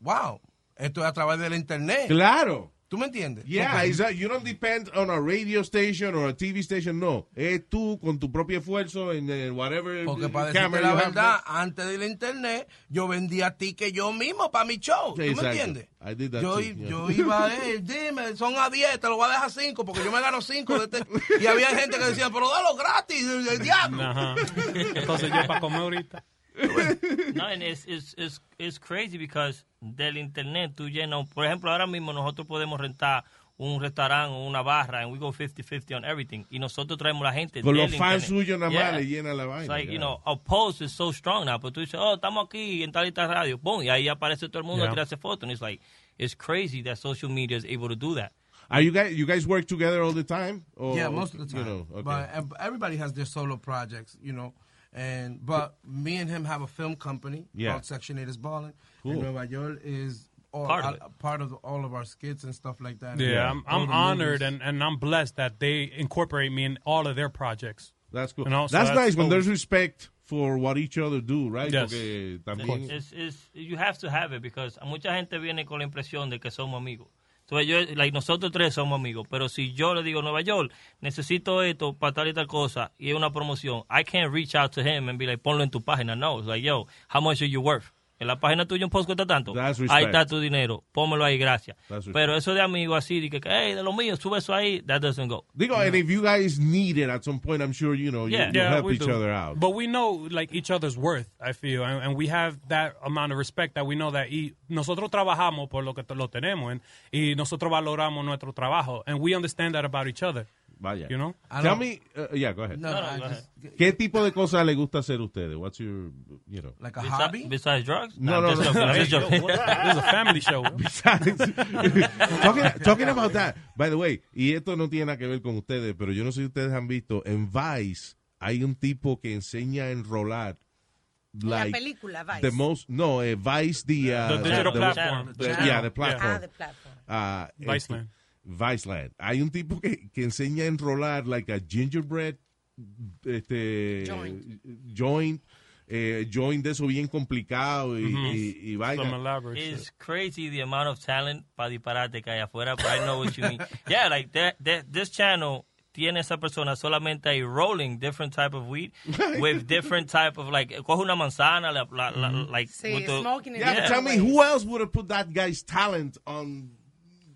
S18: wow, esto es a través del internet.
S5: Claro.
S18: ¿Tú me entiendes?
S5: Yeah,
S18: Porque-
S5: it's a- you don't depend on a radio station or a TV station, no. Es tú con tu propio esfuerzo en eh, whatever
S18: Porque
S5: eh,
S18: para decirte
S5: camera
S18: la
S5: you have.
S18: verdad, antes del internet, yo vendía tickets yo mismo para mi show. ¿Tú
S5: Exacto.
S18: me entiendes?
S5: I did that
S18: yo,
S5: too,
S18: i-
S5: yeah.
S18: yo iba a él, dime, son a 10, te lo voy a dejar 5 porque yo me gano 5. Y había gente que decía, pero dalo gratis, el, el diablo.
S16: Ajá. Uh-huh. Entonces yo para comer ahorita.
S14: No, and it's, it's, it's, it's crazy because del internet tú llenas, por ejemplo, ahora mismo nosotros podemos rentar un restaurante o una barra and we go 50-50 on everything y nosotros traemos la gente
S5: Con
S14: del
S5: los fans
S14: internet.
S5: suyos nada más
S14: Yeah.
S5: le llena la vaina.
S14: It's like, you
S5: yeah.
S14: know, a post is so strong now, pero tú dices, oh, estamos aquí en tal y tal radio, boom, y ahí aparece todo el mundo
S5: Yeah.
S14: a tirarse fotos and it's like, it's crazy that social media is able to do that.
S5: Are you guys you guys work together all the time? Or,
S18: yeah, most of the
S5: You
S18: time.
S5: know, Oh, okay.
S18: But ev- everybody has their solo projects, you know. And but me and him have a film company
S5: Yeah.
S18: called Section Eight is Ballin.
S5: Cool.
S18: And Nueva York is all,
S16: Part of
S18: uh, part of all of our skits and stuff like that.
S16: Yeah, I'm,
S18: All
S16: I'm
S18: the
S16: honored
S18: movies.
S16: and, and I'm blessed that they incorporate me in all of their projects.
S5: That's cool.
S16: You know, so
S5: that's, nice when
S16: dope.
S5: there's respect for what each other do, right?
S16: Yes.
S5: Porque también-
S14: It's, it's- you have to have it because mucha gente viene con la impresión de que somos amigos. So, yo, like, nosotros tres somos amigos, pero si yo le digo Nueva York, necesito esto para tal y tal cosa y es una promoción, I can't reach out to him and be like, ponlo en tu página. No, it's like, yo, how much are you worth? En la página tuya un post cuesta tanto. Ahí
S5: respect.
S14: está tu dinero, pómelo ahí, gracias.
S5: That's respect.
S14: Pero eso de amigo así, de que, hey, de lo mío, sube eso ahí, that doesn't go.
S5: Digo, and if you guys need it at some point, I'm sure you know you, you help
S16: we
S5: each
S16: do.
S5: other out.
S16: But we know like each other's worth, I feel, and, and we have that amount of respect that we know that y nosotros trabajamos por lo que te- lo tenemos and, y nosotros valoramos nuestro trabajo and we understand that about each other.
S5: Vaya.
S16: You know?
S5: Tell me, uh, yeah, go ahead.
S16: Ah, No, No, no, I go just-
S5: ¿Qué tipo de cosas le gusta hacer a ustedes? What's your, you know?
S18: Like
S14: Besi- Besides drugs?
S5: No, no,
S14: I'm
S5: no.
S14: just joking, I'm just
S5: Hey, yo,
S14: joking.
S5: what the- this is a family show. talking, talking about that, by the way, y esto no tiene nada que ver con ustedes, pero yo no sé si ustedes han visto, en Vice hay un tipo que enseña a enrolar.
S7: La
S5: Like,
S7: película, Vice.
S5: The most, no, eh, Vice, the, uh,
S16: The digital
S5: the-
S16: platform.
S5: the-
S16: The channel.
S5: yeah, the platform.
S7: Ah, the platform.
S5: Ah,
S16: Viceland.
S5: este, Viceland. Hay un tipo que, que enseña a enrolar, like a gingerbread este,
S16: Joint.
S5: joint, eh, joint de eso bien complicado y,
S14: Ujú.
S5: y-
S16: Mm-hmm.
S5: y vaina.
S14: It's crazy the amount of talent para disparate que hay afuera, but I know what you mean. yeah, like that, that this channel tiene esa persona solamente ahí rolling different type of weed with different type of like coge una manzana la, la, la,
S16: Mm-hmm.
S14: like
S7: Sí,
S14: with the-
S7: smoking it
S5: Yeah, but tell me, who else would have put that guy's talent on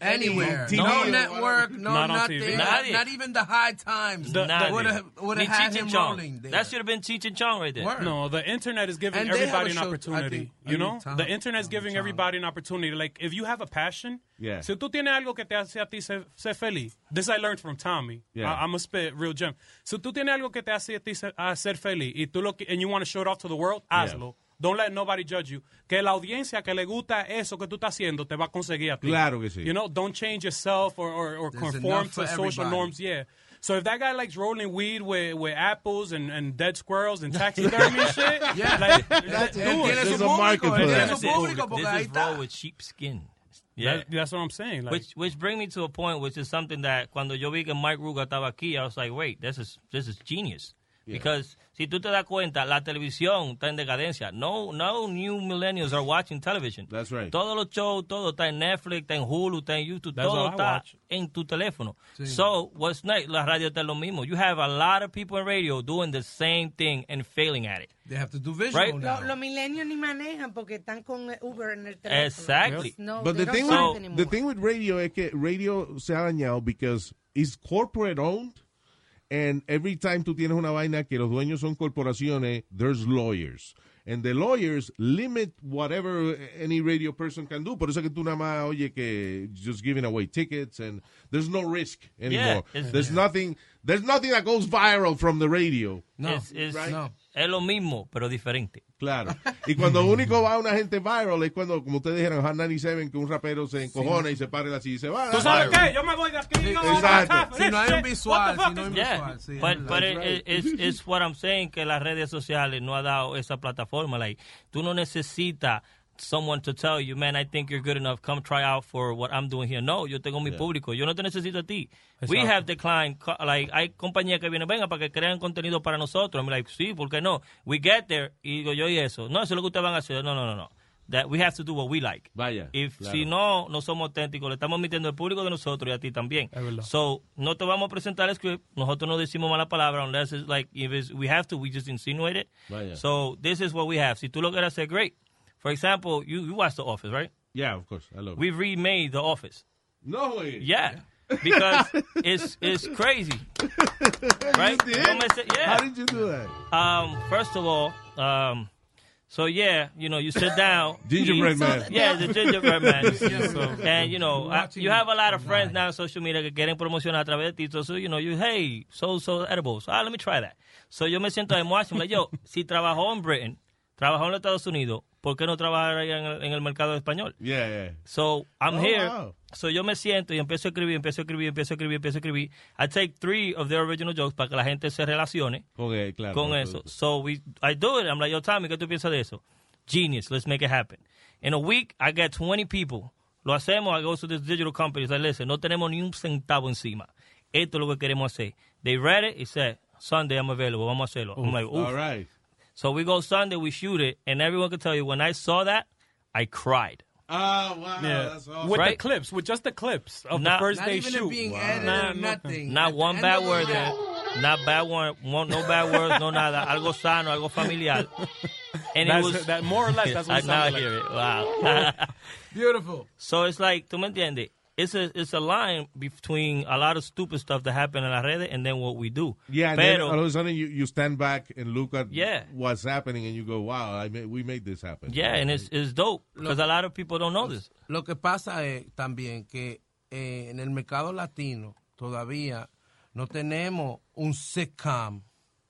S18: Anywhere.
S5: TV
S18: no
S5: or
S18: network,
S5: whatever?
S18: no nothing. Not,
S14: Nadie.
S18: not even the high times
S14: Nadie.
S18: would have would
S14: Ni
S18: have had
S14: Cheech
S18: him
S14: and Chong.
S18: rolling.
S14: That should have been Cheech and Chong right there.
S16: No, the internet is giving
S18: And they have
S16: everybody
S18: a
S16: an
S18: show, I
S16: opportunity.
S18: think,
S16: you
S18: every
S16: know,
S18: time.
S16: the internet's giving everybody an opportunity. Like if you have a passion,
S5: Yeah.
S16: Si tú tienes algo que te hace a ti ser, ser feliz, this I learned from Tommy.
S5: Yeah.
S16: I, I'm a spit real gem. Si tú tienes algo que te hace a ti ser, a ser feliz y tú lo que- and you want to show it off to the world, hazlo. Don't let nobody judge you. Que la audiencia que le gusta eso que tú estás haciendo te va a conseguir a ti.
S5: Claro que sí.
S16: You know, don't change yourself or, or, or
S5: There's
S16: conform
S5: enough
S16: to
S5: for
S16: social
S5: everybody.
S16: norms. Yeah. So if that guy likes rolling weed with, with apples and, and dead squirrels and taxidermy and shit,
S18: Yeah.
S16: like,
S18: That's-
S16: do
S18: él
S16: it.
S18: tiene There's su a market público, for él tiene that. su público, porque ahí
S14: This is
S18: está.
S14: raw with sheepskin.
S16: That- that's what I'm saying. Like,
S14: which which bring me to a point, which is something that cuando yo vi que Mike Ruga estaba aquí, I was like, wait, this is this is genius. Because si tú te das cuenta, la televisión está en decadencia. No, no new millennials are watching television.
S5: That's right.
S14: Todos los shows, todo está en Netflix, está en Hulu, está en YouTube,
S16: That's
S14: todo
S16: what I
S14: está
S16: watch.
S14: en tu teléfono.
S16: Sí.
S14: So, what's next? La radio está lo mismo. You have a lot of people in radio doing the same thing and failing at it.
S18: They have to do
S14: visual Right? now.
S7: Lo- Los milenios ni manejan porque están con eh, Uber en el teléfono.
S14: Exactly.
S7: No,
S5: But
S7: they
S5: the
S7: don't
S5: thing,
S7: drive
S5: with,
S7: anymore.
S5: the thing with radio es que radio se ha dañado because it's corporate owned and every time tú tienes una vaina que los dueños son corporaciones, there's lawyers. And the lawyers limit whatever any radio person can do. Por eso que tú nada más oye que just giving away tickets and there's no risk anymore.
S14: Yeah, it's-
S5: there's nothing there's nothing that goes viral from the radio.
S14: es, es- es lo mismo, pero diferente.
S5: Claro. Y cuando único va una gente viral es cuando, como ustedes dijeron, Hot 97, que un rapero se encojona y se para así y se va.
S16: ¿Tú sabes qué? Yo me voy de aquí. yo me voy de
S5: Exacto.
S16: acá.
S5: Si no hay un
S16: Shit,
S5: visual,
S16: what
S5: si
S16: the fuck
S5: no hay
S16: is-
S5: un
S14: Yeah,
S5: visual, sí,
S14: but,
S5: that's
S14: but it-
S5: right.
S14: it- it's, it's what I'm saying, que las redes sociales no ha dado esa plataforma. Like, tú no necesitas someone to tell you, man, I think you're good enough, come try out for what I'm doing here. No, yo tengo mi
S16: Yeah.
S14: público, yo no te necesito a ti. We
S16: Exacto.
S14: have declined, co- like, hay compañías que vienen, venga, para que crean contenido para nosotros. I'm like, sí, ¿por qué no? We get there, y digo yo, y eso. No, eso es lo que ustedes van a hacer. No, no, no, no. That we have to do what we like.
S5: Vaya.
S14: If,
S5: claro.
S14: Si no, no somos auténticos, le estamos mintiendo al público de nosotros y a ti también. So, no te vamos a presentar el script, nosotros no decimos mala palabra, unless it's like, if it's- we have to, we just insinuate it.
S5: Vaya.
S14: So, this is what we have. Si tú lo quieres hacer, great. For example, you, you watch The Office, right?
S5: Yeah, of course. I love it.
S14: We remade The Office.
S5: No way.
S14: Yeah. Because it's, it's crazy. right?
S5: You did?
S14: Yo me sé- yeah.
S5: How did you do that?
S14: Um, first of all, um, so yeah, you know, you sit down.
S5: Gingerbread man.
S14: Yeah, the gingerbread man.
S5: Gingerbread.
S14: and you know, I, you have a lot of friends now on social media que quieren promocionar a través de ti. So, so, you know, you hey, so so edibles. Ah, let me try that. So yo me siento en Washington, like yo, si trabajó en Britain, trabajó en los Estados Unidos, ¿por qué no trabajar ahí en el, en el mercado español?
S5: Yeah, yeah.
S14: So I'm
S5: Oh,
S14: here.
S5: wow.
S14: So yo me siento y empiezo a escribir, empiezo a escribir, empiezo a escribir, empiezo a escribir. I take three of their original jokes para que la gente se relacione
S5: Con, eh, claro,
S14: con
S5: no,
S14: eso. So we, I do it. I'm like, yo, Tommy, ¿qué tú piensas de eso? Genius. Let's make it happen. In a week, I get 20 people. Lo hacemos. I go to this digital company. It's like, listen, no tenemos ni un centavo encima. Esto es lo que queremos hacer. They read it. It said, Sunday I'm available. Vamos a hacerlo. I'm
S5: Oof.
S14: like, oof.
S5: All right.
S14: So we go Sunday. We shoot it. And everyone can tell you, when I saw that, I cried.
S5: Ah, wow. That's awesome.
S16: With the
S14: Right?
S16: clips, with just the clips of the first day shoot.
S14: Nah, no-
S16: At
S14: Not
S16: the
S14: one
S16: end
S14: bad
S16: of the
S14: word
S16: day.
S14: there. Not bad word. one- No bad words, no nada. Algo sano, algo familiar. And
S16: That's-
S14: it was
S16: that- more or less, that's what
S14: I
S16: it
S14: now
S16: sounded like.
S14: hear it. Wow.
S18: Beautiful.
S14: So it's like, tú me entiendes? It's a, it's a line between a lot of stupid stuff that happened in las redes and then what we do.
S5: Yeah, and then
S14: Pero,
S5: all of a sudden you, you stand back and look at
S14: Yeah.
S5: what's happening and you go, wow, I made, we made this happen.
S14: yeah, and it's, it's dope because a lot of people don't know this.
S18: Lo que pasa es también que eh, en el mercado latino todavía no tenemos un sitcom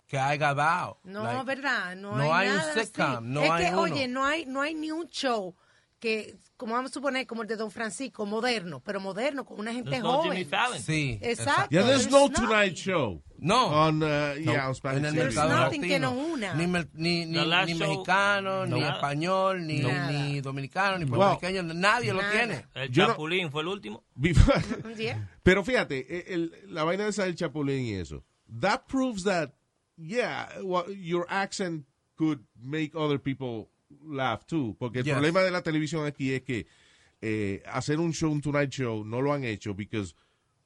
S18: que haya dado.
S7: No,
S18: Like,
S7: verdad, no,
S18: no
S7: hay,
S18: hay un
S7: nada así.
S18: sitcom, no
S7: es
S18: hay
S7: que,
S18: uno.
S7: oye, no hay, no hay ni un show que, como vamos a suponer, como el de Don Francisco, moderno, pero moderno, con una gente
S5: There's no
S7: joven.
S5: Jimmy Fallon.
S18: Sí,
S7: Exacto.
S5: Yeah, there's no
S7: There's
S5: Tonight Show.
S18: No.
S5: On, uh, yeah, on Spanish
S18: en el
S5: TV.
S18: mercado
S7: nothing
S18: latino.
S7: que nos una.
S18: Ni, mel- ni, ni,
S5: The last
S18: ni
S5: show-
S18: mexicano, ni
S5: Nada.
S18: español, ni,
S5: Nada.
S18: ni dominicano, ni
S5: Wow.
S18: puertorriqueño. Nadie lo
S14: Nada.
S18: tiene.
S14: El
S5: Yo no-
S14: Chapulín fue el último.
S5: Pero fíjate, e, el- el- la vaina esa del Chapulín y eso. That proves that, yeah, wha- your accent could make other people laugh too. Porque el
S19: Yes.
S5: problema de la televisión aquí es que eh, hacer un show, un Tonight Show, no lo han hecho because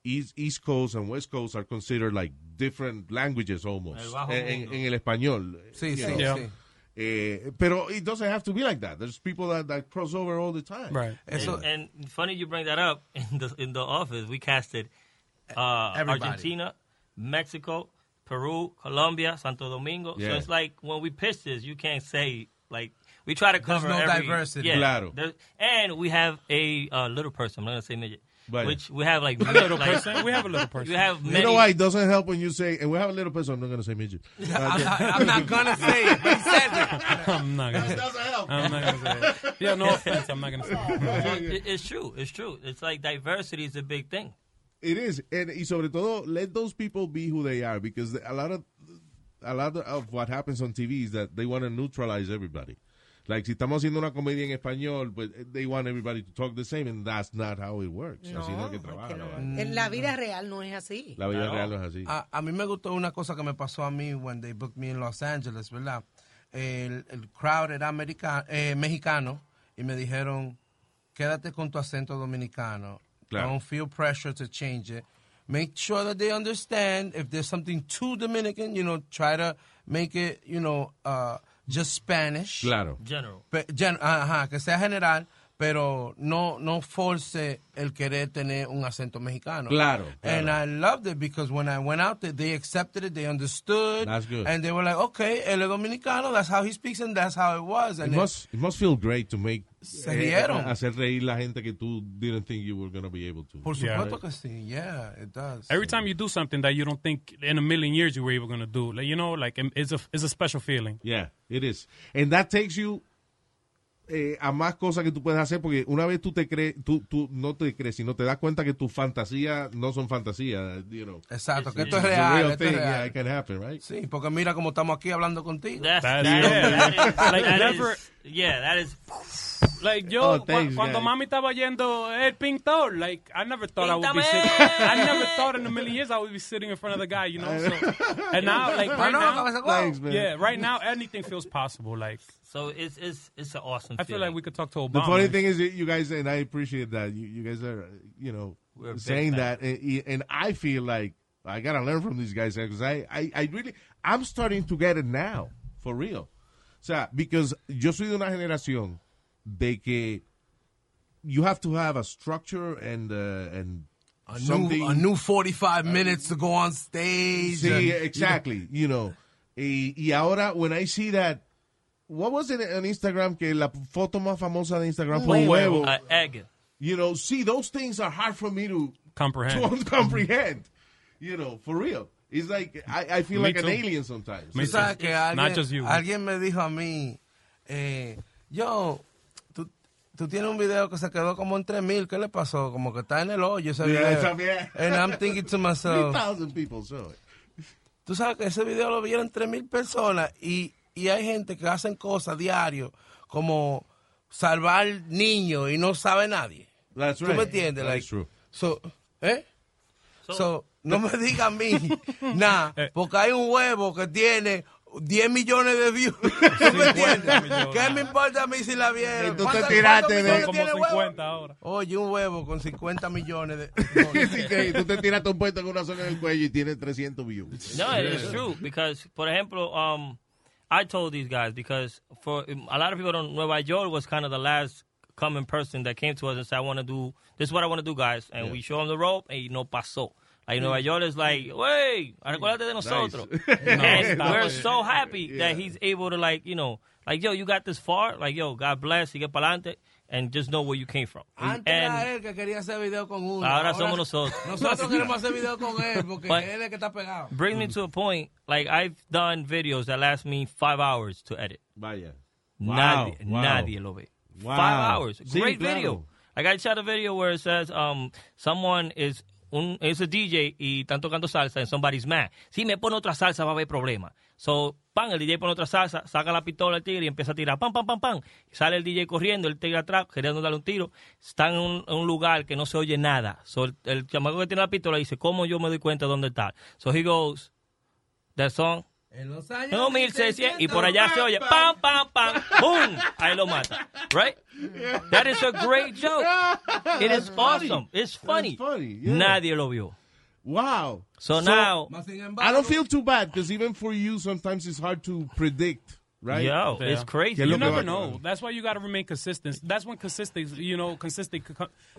S5: East, East Coast and West Coast are considered like different languages almost.
S19: El bajo
S5: en, en-
S19: mundo.
S5: en el español.
S19: Sí,
S5: you
S19: sí,
S5: know.
S19: sí.
S5: Eh, pero it doesn't have to be like that. There's people that, that cross over all the time.
S14: and, and funny you bring that up. In the in the office, we casted uh,
S5: Everybody.
S14: Argentina, Mexico, Peru, Colombia, Santo Domingo. So
S5: Yeah.
S14: it's like when we pitch this, you can't say like we try to
S18: There's
S14: cover
S18: no
S14: every-
S18: diversity.
S14: Yeah,
S18: Claro.
S14: there- and we have a uh, little person. I'm not gonna say midget.
S5: Vaya.
S14: which we have like
S16: A little
S14: like-
S16: person. We have a little person.
S14: You have
S5: You
S14: many.
S5: know why it doesn't help when you say, and we have a little person, I'm not going to say midget.
S16: I'm not- I'm not gonna say it. He said it. I'm not gonna say it.
S14: That doesn't
S16: help. I'm not gonna say it. Yeah, no offense, I'm not gonna say it.
S14: It- It's true. It's true. It's like diversity is a big thing.
S5: It is, and y sobre todo, let those people be who they are, because a lot of a lot of what happens on TV is that they want to neutralize everybody. Like si estamos haciendo una comedia en español, but they want everybody to talk the same, and that's not how it works. así no es que trabaja. la vaina.
S7: En la
S14: Mm.
S7: vida real no es así.
S5: La vida real no es así.
S18: A, a mí me gustó una cosa que me pasó a mí when they booked me in Los Angeles, ¿verdad? El, el crowd era america- eh, mexicano y me dijeron, quédate con tu acento dominicano.
S5: Claro.
S18: Don't feel pressure to change it. Make sure that they understand if there's something too Dominican, you know, try to make it, you know, uh, just Spanish.
S5: Claro.
S14: General.
S18: Pe- gen- ajá, que sea general, pero no no force el querer tener un acento mexicano.
S5: Claro,
S18: And I loved it because when I went out there, they accepted it, they understood.
S5: That's good.
S18: And they were like, okay, él es dominicano, that's how he speaks and that's how it was.
S5: It
S18: And
S5: must, it must feel great to make eh,
S18: Se rieron.
S5: hacer reír la gente que tú didn't think you were going to be able to.
S18: Por
S16: Yeah.
S18: supuesto que sí, yeah, it does.
S16: Every time you do something that you don't think in a million years you were even gonna do, like you know, like it's a it's a special feeling.
S5: Yeah, it is. And that takes you eh, a más cosas que tú puedes hacer porque una vez tú te crees, tú, tú no te crees, sino te das cuenta que tus fantasías no son fantasías, you know.
S18: Exacto, que
S5: It's
S18: esto es
S5: a
S18: real,
S5: real
S18: esto es
S5: thing,
S18: real.
S5: yeah, it can happen, right?
S18: Sí, porque mira cómo estamos aquí hablando contigo.
S14: That's,
S5: That's
S14: that is-
S5: it.
S14: that is-
S5: Like,
S14: that is-
S16: never-
S14: yeah, that is.
S16: Like yo,
S14: Oh, thanks,
S16: cu- cuando
S14: guys.
S16: mami estaba yendo el pintor, like I never thought I would be
S14: Píntame.
S16: sitting. I never thought in a million years I would be sitting in front of the guy, you know. So, and now, like right
S14: Bueno,
S16: now,
S14: cabeza, wow. Thanks, man.
S16: yeah, right now anything feels possible. Like
S14: So it's it's it's an awesome.
S16: I feel
S14: feeling.
S16: like we could talk to Obama.
S5: The funny thing is, that you guys, and I appreciate that. You, you guys are, you know,
S16: big
S5: saying
S16: fans.
S5: that, and, and I feel like I gotta learn from these guys because I, I, I really, I'm starting to get it now, for real. O sea, because yo soy de una generación de que you have to have a structure and uh, and
S18: A
S5: something.
S18: new, a new 45 minutes to go on stage. and,
S5: Sí,
S18: you know,
S5: exactly. You know. Y, y ahora, when I see that, what was it on Instagram que la foto más famosa de Instagram fue un huevo?
S14: An Uh, egg.
S5: You know, see, those things are hard for me to
S16: Comprehend. Mm-hmm.
S5: To comprehend. You know, for real. It's like, I, I feel
S16: Me
S5: like an
S16: too.
S5: alien sometimes.
S16: Me
S18: Tú sabes que alguien,
S16: Not just you.
S18: alguien me dijo a mí, eh, yo, tú, tú tienes un video que se quedó como en 3000, ¿qué le pasó? Como que está en el hoyo ese
S5: Yeah,
S18: video.
S5: está bien.
S18: And I'm thinking to myself,
S5: 3,000 people saw it.
S18: tú sabes que ese video lo vieron 3000 personas y, y hay gente que hacen cosas diario como salvar niños y no sabe nadie.
S5: That's
S18: ¿Tú
S5: right.
S18: me entiendes?
S5: That's
S18: Like,
S5: true.
S18: So, ¿eh? So, no me diga a mí nada,
S14: Eh.
S18: porque hay un huevo que tiene 10 millones de views. ¿Tú me entiendes? ¿Qué me importa a mí si la vieron?
S5: Entonces
S18: ¿Cuántas-
S5: tírate
S18: cuántos
S5: de-
S18: "Eh, millones
S5: Como
S18: tiene el huevo?
S5: 50
S16: ahora.
S18: Oye, un huevo con 50 millones de...
S5: Sí, que tú te tiraste un puesto con una soga en el cuello y tienes 300 views.
S14: No, it's true because, por ejemplo, um, I told these guys because for a lot of people don't. Nueva York was kind of the last coming person that came to us and said, "I want to do this. Is what I want to do, guys." And
S5: Yeah. Mm.
S14: we show them the rope, and no pasó. Like Nueva York is like, "Wey, acuérdate de
S5: Nice.
S14: nosotros."
S5: No,
S14: and
S5: stop
S14: we're
S5: it.
S14: so happy
S5: Yeah.
S14: that he's able to like, you know, like yo, you got this far. Like yo, God bless, you get pa'lante, and just know where you came from.
S18: Antes era
S14: and
S18: él que quería hacer video con uno.
S14: Ahora somos nosotros.
S18: Nosotros queremos hacer video con él porque
S14: But-
S18: él es el que está pegado.
S14: bring me to a point. Like I've done videos that last me five hours to edit.
S5: Vaya.
S14: Nadie,
S5: Wow, wow.
S14: nadie lo ve.
S5: Wow.
S14: Five hours.
S5: Sí,
S14: Great
S5: claro.
S14: video. Like I shot a video where it says um someone is un es a DJ y están tocando salsa and somebody's mad. Si me pone otra salsa va a haber problema. So, pan, el DJ pone otra salsa, saca la pistola al tigre y empieza a tirar, pam, pam, pam, pam. Sale el DJ corriendo, el tigre atrás, queriendo darle un tiro. Están en un, en un lugar que no se oye nada. So, el, el chamaco que tiene la pistola dice, ¿cómo yo me doy cuenta dónde está? So he goes, that song,
S18: En los años
S14: no, 1600 y por allá se oye pam, pam, pam, boom, ahí lo mata, right? That is a great joke. It is awesome. It's funny.
S5: yeah.
S14: Nadie lo vio.
S5: Wow.
S14: So now-
S5: I don't feel too bad because even for you, sometimes it's hard to predict right?
S14: Yo, it's crazy.
S5: Que es lo
S16: You
S5: que va-
S16: never know. That's why you got to remain consistent. That's when consistency, you know, consistent.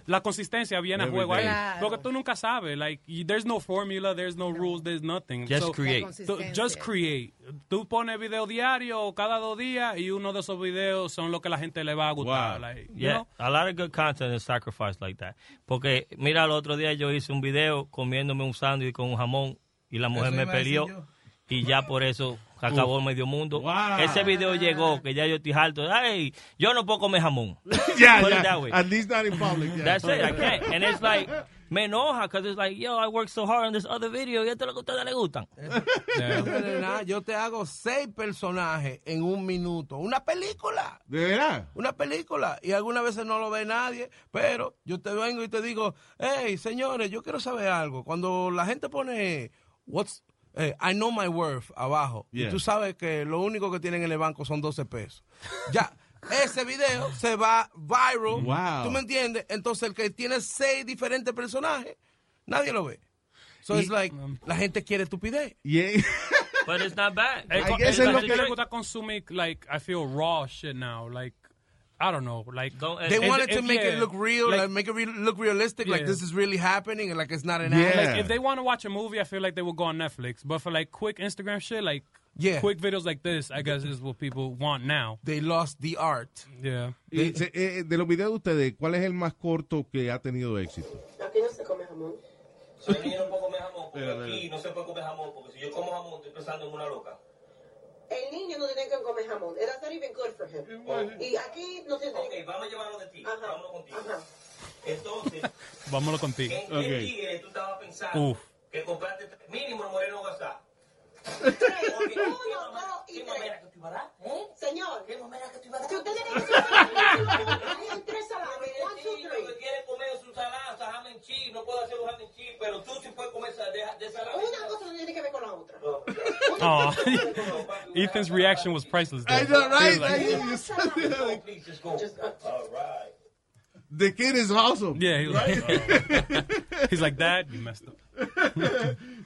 S16: La consistencia viene a
S14: Every
S16: juego ahí.
S14: day. Claro.
S16: Porque tú nunca sabes. Like, you- there's no formula, there's no, rules, there's nothing.
S14: Just
S16: So,
S14: create.
S16: tú- just create. Tú pones video diario o cada dos días y uno de esos videos son lo que la gente le va a gustar. Like, you
S14: Yeah,
S16: know?
S14: a lot of good content is sacrificed like that. Porque mira, el otro día yo hice un video comiéndome un sándwich con un jamón y la mujer
S18: Eso
S14: me
S18: iba a decir
S14: peleó
S18: yo.
S14: y ya por eso acabó el medio mundo. Ese video llegó que ya yo estoy harto. Ay, yo no puedo comer jamón.
S2: Yeah,
S14: Put it
S2: yeah.
S14: that way.
S2: At least not in public. Yeah.
S14: That's it. I can't. And it's like me enoja because it's like yo, I worked so hard on this other video y esto es lo que a ustedes les gustan.
S18: Nena, yo te hago seis personajes en un minuto. Una película.
S5: ¿De verdad?
S18: Una película. Y algunas veces no lo ve nadie. Pero yo te vengo y te digo, hey, señores, yo quiero saber algo. Cuando la gente pone, what's, eh, I know my worth abajo.
S15: Yeah.
S18: Y tú sabes que lo único que tienen en el banco son 12 pesos. Ya. Ese video se va viral.
S5: Wow.
S18: ¿Tú me entiendes? Entonces el que tiene seis diferentes personajes, nadie lo ve. So it's like, la gente quiere estupidez.
S14: But it's not bad.
S16: Eh, co-
S18: guess
S16: eh,
S18: es
S16: la
S18: lo
S16: gente
S18: que-
S16: le gusta consumir, like, I feel raw shit now. Like, I don't know. Like,
S18: They
S16: eh,
S18: wanted
S16: eh,
S18: to make it
S16: yeah.
S18: look real, like, make it re look realistic, like
S16: Yeah.
S18: this is really happening, and like it's not an
S16: Like, if
S18: act.
S16: they want to watch a movie, I feel like they would go on Netflix. But for like quick Instagram shit, like
S18: Yeah.
S16: quick videos like this, I guess is what people want now.
S18: They lost the art.
S16: Yeah.
S5: Y se- eh, eh, de los videos de ustedes, ¿cuál es el más corto que ha tenido éxito?
S19: Aquí no se come jamón.
S14: Aquí yo no puedo comer jamón, porque
S5: Espera, espera.
S14: aquí no se puede comer jamón, porque si yo como jamón estoy pensando en una loca.
S19: El niño no tiene que comer jamón. That's not even good for him.
S14: Oh.
S19: Y aquí no se tiene
S14: Ok, vamos a llevarlo de ti. Vámonos contigo.
S19: Entonces,
S16: Vámonos contigo.
S14: ¿En qué tigre tú estabas pensando
S16: Uf.
S14: que compraste tres- mínimo el Moreno Gasá?
S19: uno, dos y tres. ¿Eh? Señor, si usted tiene que hay tres salames. One, two, three.
S14: quiere comer su salada, salame en chi, no puedo hacer un salame en chi, pero tú sí puedes comer esa- de, de salada.
S19: Una cosa no tiene que ver con la otra.
S16: Aw. Ethan's reaction was priceless. though.
S5: I know, right?
S16: He was like,
S5: I-
S19: Una salame.
S5: The kid is awesome.
S16: yeah, he was like, he's like, Dad, you messed up.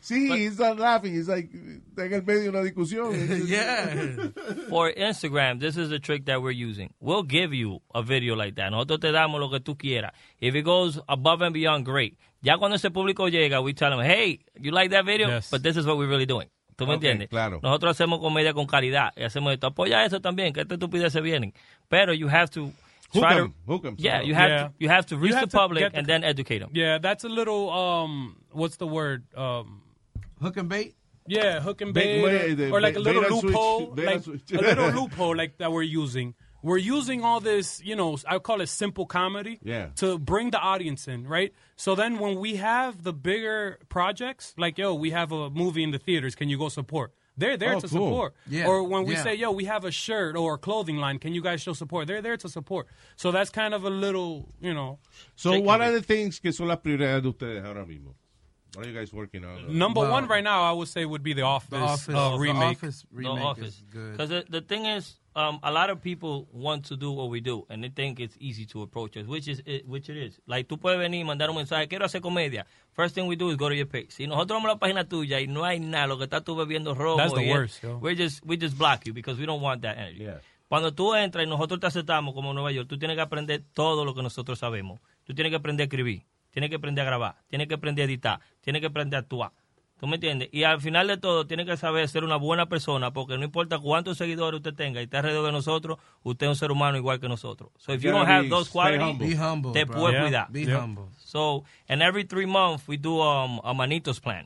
S5: Sí, he's not laughing. He's like, está en el medio de una discusión.
S14: For Instagram, this is the trick that we're using. We'll give you a video like that. Nosotros te damos lo que tú quieras. If it goes above and beyond, great. Ya cuando ese público llega, we tell them, hey, you like that video? But this is what we're really doing. ¿Tú me
S5: Ok,
S14: entiendes?
S5: claro.
S14: Nosotros hacemos comedia con calidad. Y hacemos esto. Apoya eso también, que estas estupideces vienen. Pero you have to...
S5: Hook
S14: try
S5: 'em,
S14: to,
S5: hook 'em
S14: Yeah,
S5: somehow.
S14: you have,
S16: Yeah.
S14: To, you have to
S16: You
S14: reach
S16: have
S14: the
S16: to
S14: public
S16: get the-
S14: and then educate them.
S16: Yeah, that's a little um what's the word? Um
S18: hook and bait?
S16: Yeah, hook and
S5: Bait-
S16: bait.
S5: wait, the
S16: or, or like a
S5: bait-
S16: little
S5: bait and switch-
S16: loophole.
S5: bait
S16: Like
S5: and switch.
S16: a little loophole like that we're using. We're using all this, you know, I call it simple comedy
S5: Yeah.
S16: to bring the audience in, right? So then when we have the bigger projects, like yo, we have a movie in the theaters, can you go support? They're there
S18: Oh,
S16: to
S18: cool.
S16: support.
S18: Yeah,
S16: Or when we
S18: yeah.
S16: say, yo, we have a shirt or a clothing line, can you guys show support? They're there to support. So that's kind of a little, you know,
S5: So, what are the things que son las prioridades de ustedes ahora mismo? What are you guys working on?
S16: Number one right now, I would say would be the Office,
S5: Office.
S16: uh,
S5: The
S16: remake.
S5: Office
S14: the office. Because the, the thing is, um, a lot of people want to do what we do, and they think it's easy to approach us, which is it, which it is. Like, tú puedes venir y mandar un mensaje, quiero hacer comedia. First thing we do is go to your page. Si nosotros vamos a la página tuya y no hay nada, lo que estás tú bebiendo es rojo.
S16: That's the
S14: y es-
S16: worst, yo.
S14: we just, we just block you because we don't want that energy. Cuando tú entras y nosotros te aceptamos como Nueva York, tú tienes que aprender todo lo que nosotros sabemos. Tú tienes que aprender a escribir, tienes que aprender a grabar, tienes que aprender a editar, tienes que aprender a actuar. ¿Tú me entiendes? Y al final de todo, tienes que saber ser una buena persona, porque no importa cuántos seguidores usted tenga y está alrededor de nosotros, usted es un ser humano igual que nosotros. So if you
S18: You
S14: don't
S18: gotta
S14: have
S18: be-
S14: those
S18: stay
S14: qualities,
S18: humble. Be humble,
S14: te
S18: bro.
S14: puedes
S18: Yeah.
S14: cuidar.
S18: Be Yeah. humble.
S14: So, and every three months we do um, a manitos plan,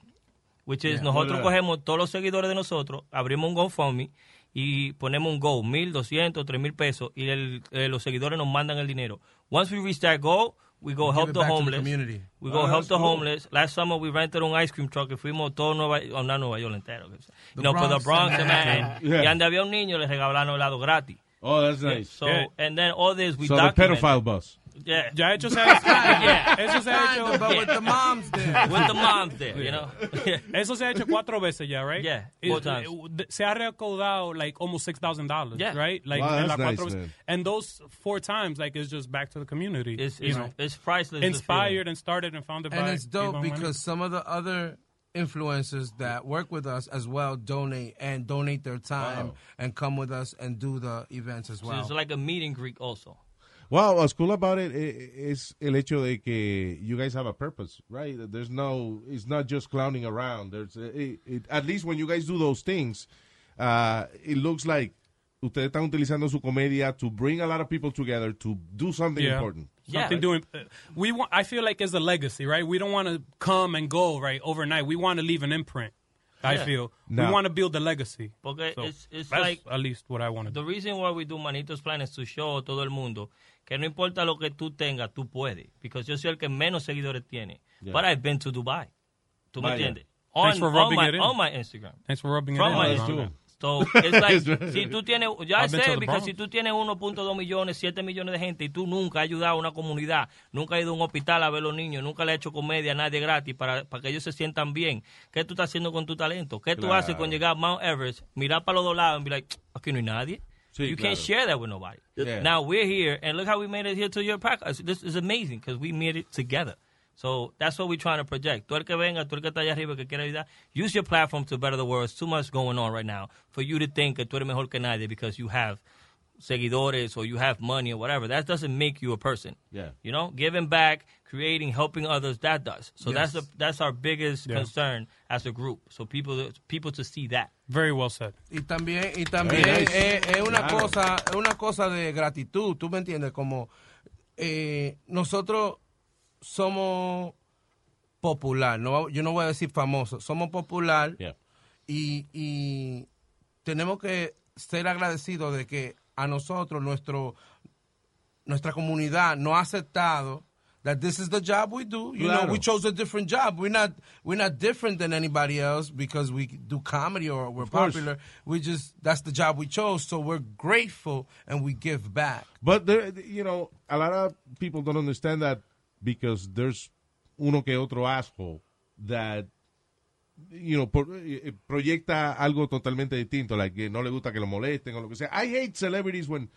S14: which is
S18: Yeah.
S14: nosotros
S18: Yeah.
S14: cogemos todos los seguidores de nosotros, abrimos un GoFundMe y ponemos un Go, mil, doscientos, tres mil pesos y el, eh, los seguidores nos mandan el dinero. Once we reach that goal, we go
S18: We give
S14: help
S18: it
S14: the
S18: back to the
S14: homeless.
S18: community.
S14: We
S18: Oh,
S14: go help
S18: that's
S14: the
S18: cool.
S14: homeless. Last summer we rented an ice cream truck y fuimos todo Nueva, oh, no Nueva York entero.
S18: The
S14: no, pero the
S18: Bronx eh,
S14: Bronx
S18: and
S14: and Manhattan.
S5: Yeah.
S14: Y donde había un niño le regalaron helado gratis.
S5: Oh, that's
S14: Yeah,
S5: nice.
S14: So,
S5: Yeah.
S14: and then all this we
S5: So the
S14: document.
S5: pedophile bus.
S14: Yeah.
S16: Ya hecho se ha hecho.
S14: Yeah.
S16: Eso se ha hecho.
S14: Yeah. With the moms there, you know.
S16: Eso se ha hecho cuatro veces ya, right?
S14: Yeah,
S16: It-
S14: four times.
S16: it- se ha recaudado like almost six thousand dollars,
S14: Yeah.
S16: right? Like
S14: Wow,
S16: en
S14: that's
S16: las cuatro
S14: nice,
S16: veces.
S14: man.
S16: And those four times, like, it's just back to the community.
S14: It's-
S16: you
S14: it's-
S16: know?
S14: it's priceless, the feeling.
S16: Inspired and started and founded by.
S18: And it's dope
S16: Iván Manuel.
S18: because some of the other influencers that work with us as well donate and donate their time
S14: Wow.
S18: and come with us and do the events as
S14: So
S18: well.
S14: it's like a meet and greet also.
S5: Wow, what's cool about it eh, es el hecho de que you guys have a purpose, right? That There's no, it's not just clowning around. There's, eh, it- at least when you guys do those things, uh, it looks like ustedes están utilizando su comedia to bring a lot of people together to do something
S16: Yeah.
S5: important.
S16: Something doing. uh, We want. I feel like it's a legacy, right? We don't want to come and go right overnight. We want to leave an imprint. I
S14: Yeah.
S16: feel
S5: Now-
S16: we want to build a legacy.
S14: Porque
S16: So,
S14: it's, it's
S16: that's
S14: like
S16: at least what I want to do.
S14: the reason why we do Manitos Plan is to show a todo el mundo que no importa lo que tú tengas, tú puedes. Because yo soy el que menos seguidores tiene.
S16: Yeah.
S14: But I've been to Dubai. ¿Tú me
S16: Vaya.
S14: entiendes?
S16: Thanks for rubbing
S14: on my,
S16: it in.
S14: on my Instagram.
S16: Thanks for rubbing it
S14: From
S16: in,
S14: my
S16: Iván.
S14: Instagram. So,
S16: Too.
S14: it's like,
S16: It's-
S14: si tú tienes, ya
S16: I've been to
S14: sé,
S16: the
S14: because
S16: Bronx.
S14: si tú tienes 1.2 millones, 7 millones de gente y tú nunca has ayudado a una comunidad, nunca has ido a un hospital a ver a los niños, nunca le has hecho comedia a nadie gratis para, para que ellos se sientan bien, ¿qué tú estás haciendo con tu talento? ¿Qué tú
S16: Claro.
S14: haces con llegar a Mount Everest, mirar para los dos lados y be like, aquí no hay nadie?
S16: Sí,
S14: you
S16: claro.
S14: can't share that with nobody.
S16: Yeah.
S14: Now we're here, and look how we made it here to your podcast. This is amazing because we made it together. So that's what we're trying to project. Tú el que venga, tú el que está allá arriba, que quiera ayudar, use your platform to better the world. It's too much going on right now for you to think that tú eres mejor que nadie because you have seguidores or you have money or whatever. That doesn't make you a person.
S5: Yeah.
S14: You know, giving back, creating, helping others, that does. So that's
S16: Yes.
S14: the, that's our biggest
S16: Yeah.
S14: concern as a group. So people people to see that.
S16: Very well said.
S18: Y también, y también eh,
S14: Very nice.
S18: es, es una
S14: Claro.
S18: cosa, es una cosa de gratitud, tú me entiendes, como eh, nosotros somos popular, no, yo no voy a decir famoso, somos popular y, y tenemos que ser agradecidos de que a nosotros, nuestro, nuestra comunidad no ha aceptado that this is the job we do. You know,
S5: Claro.
S18: we chose a different job. We're not we're not different than anybody else because we do comedy or we're
S5: course.
S18: popular. We just that's the job we chose, so we're grateful and we give back.
S5: But there, you know, a lot of people don't understand that because there's uno que otro asshole that you know por- eh, proyecta algo totalmente distinto, like que no le gusta que lo molesten o lo que sea. I hate celebrities when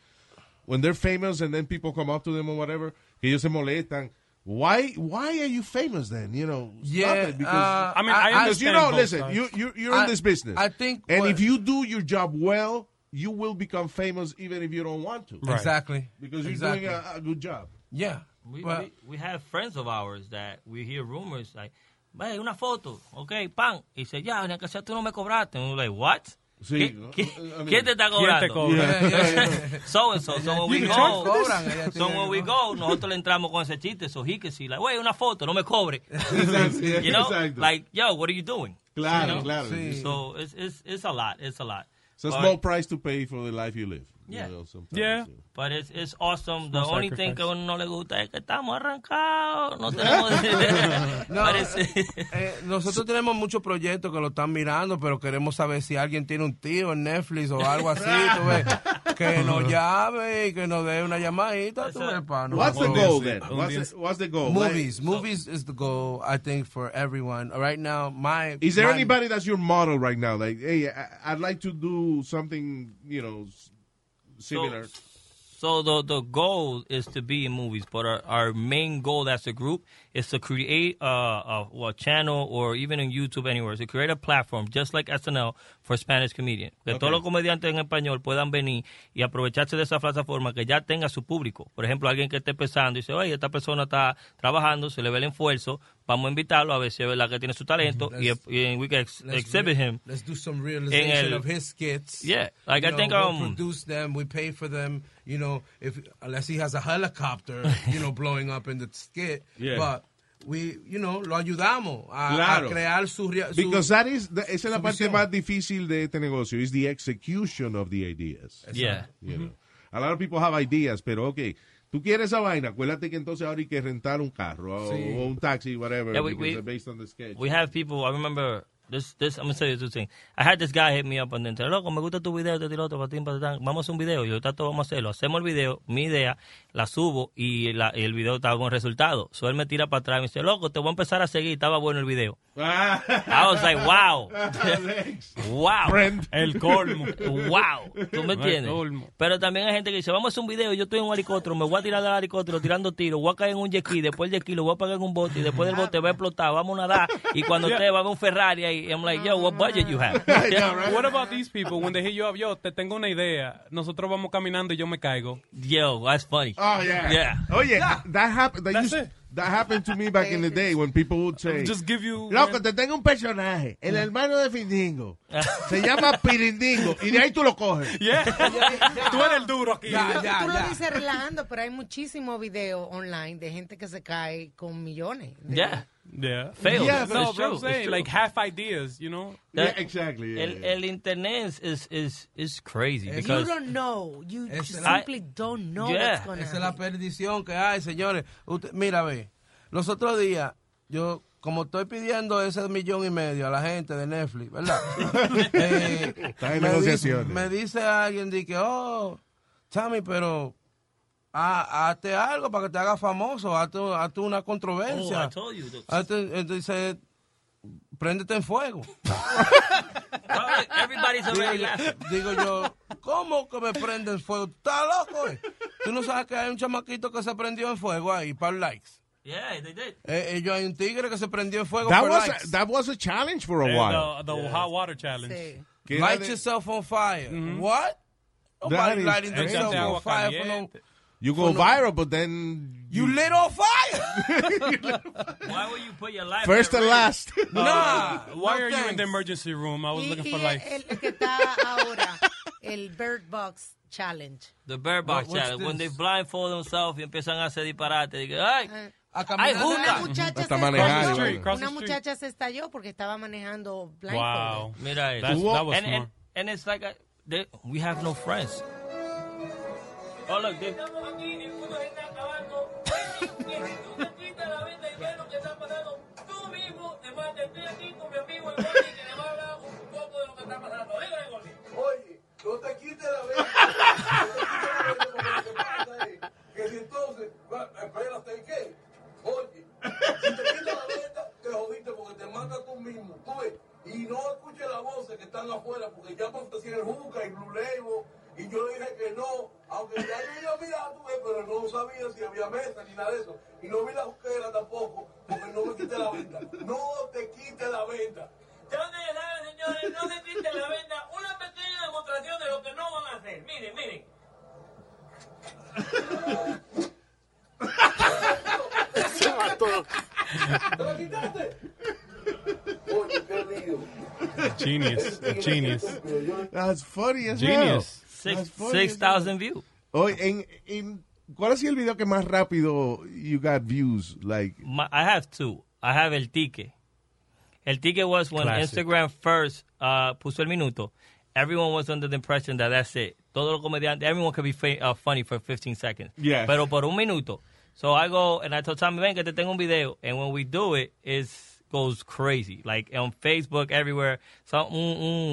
S5: when they're famous and then people come up to them or whatever, que ellos se molestan. Why why are you famous then? You know, stop
S18: Yeah,
S5: it, because
S18: uh, I mean, I
S5: because, you
S18: understand
S5: know,
S18: both
S5: listen,
S18: sides.
S5: you you you're
S18: I-
S5: in this business.
S18: I think
S5: and
S18: what-
S5: if you do your job well, you will become famous even if you don't want to.
S18: Right. Exactly.
S5: Because you're
S18: Exactly.
S5: doing a, a good job.
S18: Yeah.
S14: We,
S5: Well-
S14: we, we have friends of ours that we hear rumors like, hey, una foto, okay, pan. Y dice, ya, ni que sea tú no me cobraste. And we're like, what?
S5: Sí.
S14: ¿Qui- qui-
S5: I mean-
S14: ¿Quién te está
S5: ¿Quién te
S14: cobrando?
S5: cobra? Yeah, yeah, yeah.
S14: so and so. So when
S5: You
S14: we
S5: can
S14: go,
S5: charge cobran, ella
S14: so
S5: tiene-
S14: when we go, nosotros le entramos con ese chiste. So he can see, like, wey, una foto, no me cobre. you know,
S5: exacto.
S14: like, yo, what are you doing?
S5: Claro,
S14: You know?
S5: claro. Sí.
S14: So it's, it's, it's a lot. It's a lot.
S5: It's a
S14: But-
S5: small price to pay for the life you live. you
S14: Yeah.
S5: know, sometimes.
S14: Yeah. But it's, it's awesome. The
S5: Small
S14: only
S5: sacrifice.
S14: thing que a uno no le gusta es que estamos arrancados. No tenemos.
S18: No,
S14: But it's-
S18: eh, nosotros tenemos muchos proyectos que lo están mirando, pero queremos saber si alguien tiene un tío en Netflix o algo así, tú ves, que nos llame y que nos dé una llamadita, tú ves, pana.
S5: What's the goal then? What's the, what's the goal?
S18: Movies, movies is the goal, I think, for everyone. Right now, my
S5: Is there
S18: my-
S5: anybody that's your model right now? Like, hey, I, I'd like to do something, you know, s- similar.
S14: so the the goal is to be in movies, but our, our main goal as a group is to create a, a, well, a channel or even on YouTube anywhere to create a platform just like SNL for Spanish comedian. Que
S20: Okay.
S14: todos los comediantes en español puedan venir y aprovecharse de esa plataforma que ya tenga su público. Por ejemplo, alguien que esté empezando y dice, oye, esta persona está trabajando, se le ve el esfuerzo, vamos a invitarlo a ver si es verdad que tiene su talento y, y we can ex-
S18: Let's
S14: exhibit
S18: re-
S14: him.
S18: Let's do some realization
S14: el-
S18: of his skits.
S14: Yeah, like,
S18: You
S14: I
S18: know,
S14: think,
S18: we'll
S14: um,
S18: produce them. We pay for them. You know, if unless he has a helicopter, you know, blowing up in the skit.
S5: Yeah.
S18: But we, you know, lo ayudamos a,
S5: Claro.
S18: a crear su, rea- su-
S5: Because that is, the- esa es la
S18: su
S5: parte
S18: visión.
S5: más difícil de este negocio, is the execution of the ideas.
S14: Yeah.
S5: You
S14: Mhm.
S5: know. A lot of people have ideas, pero ok, tú quieres esa vaina, acuérdate que entonces ahora hay que rentar un carro o-
S14: Sí.
S5: o un taxi, whatever,
S14: Yeah, we-
S5: because
S14: we-
S5: they're based on the sketch.
S14: We have people. I remember This, this, I'm gonna tell you two things. I had this guy hit me up on the internet. Loco, me gusta tu video, te tiro otro, patín, patatán. Vamos a hacer un video. Yo, tato, vamos a hacerlo. Hacemos el video, mi idea, la subo y la- el video está buen resultado. So él me tira para atrás y me dice, loco, te voy a empezar a seguir. Estaba bueno el video. I was like, wow. wow.
S16: Friend. El colmo.
S14: Wow. ¿Tú me
S16: El
S14: entiendes?
S16: colmo.
S14: Pero también hay gente que dice, vamos a hacer un video, yo estoy en un helicóptero, me voy a tirar del helicóptero tirando tiros, voy a caer en un jet ski, después el jet ski lo voy a pagar en un bote, y después del bote va a explotar, vamos a nadar, y cuando
S16: Yeah.
S14: usted va a ver un Ferrari ahí, I'm like, yo, what budget you have?
S16: What about these people when they hit you up? Yo, te tengo una idea. Nosotros vamos caminando y yo me caigo.
S14: Yo, that's funny.
S16: Oh,
S14: yeah. Yeah.
S5: Oye, that happened. That, used, that happened to me back in the day when people would say,
S16: Just give you.
S5: "Loco, te tengo un personaje, el hermano de Findingo, se llama Pirindingo", y de ahí tú lo coges.
S16: Tú eres el duro aquí.
S7: Tú- tú lo dices relajando, pero hay muchísimos videos online de gente que se cae con millones. de-
S14: Yeah.
S16: Yeah.
S14: Failed.
S16: Yeah,
S14: It's
S16: no, but
S14: true.
S16: I'm
S14: It's
S16: saying,
S14: true.
S16: like half ideas, you know?
S14: That- el, el internet is, is, is crazy.
S7: You
S14: Because
S7: don't know. You
S18: Es
S7: just
S18: la-
S7: simply don't know what's gonna
S18: Esa es la
S7: happen.
S18: perdición que hay, señores. Usted- mira, ve, los otros días, yo, como estoy pidiendo ese millón y medio a la gente de Netflix, ¿verdad? Eh,
S5: Está en
S18: me
S5: negociaciones.
S18: dice- Me dice alguien, di que, oh, Sammy, pero ah, hazte algo para que te haga famoso, hazte, hazte una controversia.
S14: Oh, I told you that-
S18: Hazte- entonces, préndete en fuego.
S14: everybody's already
S18: Digo-
S14: laughing.
S18: Digo yo, ¿cómo que me prenden fuego? ¿Tú estás loco? eh? Tú no sabes que hay un chamaquito que se prendió en fuego ahí, para likes.
S14: Yeah, they did.
S18: Eh, eh, yo hay un tigre que se prendió en fuego
S5: That
S18: por
S5: was
S18: likes.
S5: a, that was a challenge for a
S16: Eh,
S5: while.
S16: The, the hot water challenge.
S5: Que
S18: Light
S5: era de-
S18: yourself on fire. What?
S5: That
S18: Nobody
S5: Mm-hmm. is
S18: lighting themselves
S5: crazy.
S18: on fire for no...
S5: You go
S18: for no-
S5: viral, but then
S18: You lit on fire!
S14: Why would you put your life
S5: First
S14: at
S5: and
S14: risk?
S5: last.
S16: Nah,
S18: No,
S16: why
S18: no
S16: are you in
S18: thanks.
S16: the emergency room? I was
S7: Y,
S16: looking for
S7: y
S16: life.
S7: el, el que está ahora, el Bird Box Challenge.
S14: The bear box
S7: What- what's
S14: challenge. When they
S7: this?
S14: blindfold themselves y empiezan a hacer disparate. Dicen, ay,
S18: a
S14: ay,
S7: Ah. una
S14: juca.
S7: muchacha, se,
S5: manejar,
S7: estalló,
S5: Iván. Cross
S14: the
S7: una
S14: street.
S7: muchacha se estalló porque estaba manejando blindfolded.
S14: Mira
S16: That's-
S14: eso.
S16: that was
S14: and, and,
S16: smart.
S14: and it's like, a, they, we have no friends. Oh, look, they,
S2: Oye, no te quites la vez. Que si entonces, va- eh, espérate, ¿qué? Oye, si te quitas la venta, te jodiste porque te matas tú mismo. Tú ves, y no escuches las voces que están afuera porque ya me ofrecían el Juca y Blue Label. Y yo dije que no, aunque ya yo iba a mirar, tú ves, pero no sabía si había mesa ni nada de eso. Y no vi la juquera tampoco porque no me quité la venta. No te quites la venta.
S21: ¿Dónde saben, señores? No se quiten la venda. Una pequeña demostración de lo que no van a hacer. Miren, miren.
S22: Se mató.
S16: Genius. Genius.
S5: That's funny as
S16: Genius.
S5: hell. That's
S14: Six-
S5: funny as
S14: 6,000
S5: hell.
S14: views.
S5: Oye, en, en, ¿cuál ha sido el video que más rápido you got views? Like,
S14: my, I have two. I have El Tique. El Tique was when
S5: Classic.
S14: Instagram first uh, puso el minuto. Everyone was under the impression that that's it. Todo lo comediante, everyone could be fa- uh, funny for 15 seconds.
S5: Yes.
S14: Pero por un minuto. So I go and I tell Tommy, ven que te tengo un video. And when we do it, it goes crazy. Like on Facebook, everywhere. So, un,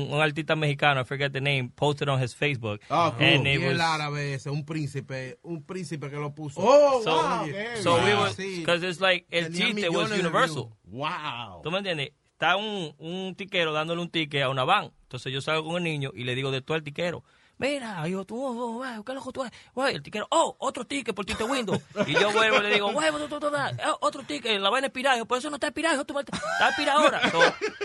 S14: un, un artista mexicano, I forget the name, posted on his Facebook.
S5: Ah,
S18: Ah,
S14: And it
S18: y
S14: was...
S18: el árabe ese, un príncipe, un príncipe que lo puso. ah,
S5: Oh,
S14: So, so we were, because it's like, el
S18: Tenía
S14: chiste was
S18: millones de
S14: universal.
S5: Wow.
S14: ¿Tú me entiendes? Está un, un tiquero dándole un ticket a una van. Entonces yo salgo con el niño y le digo de todo al tiquero. Mira, yo, tú, oh, oh, ¿qué loco tú eres? Güey, el tiquero, oh, otro ticket por Tite Window. Y yo vuelvo y le digo, güey, tú, tú, tú, da, eh, otro ticket, la vaina es pirajo. Por eso no está el pirajo, tú, maldita- está el pirajo ahora. So,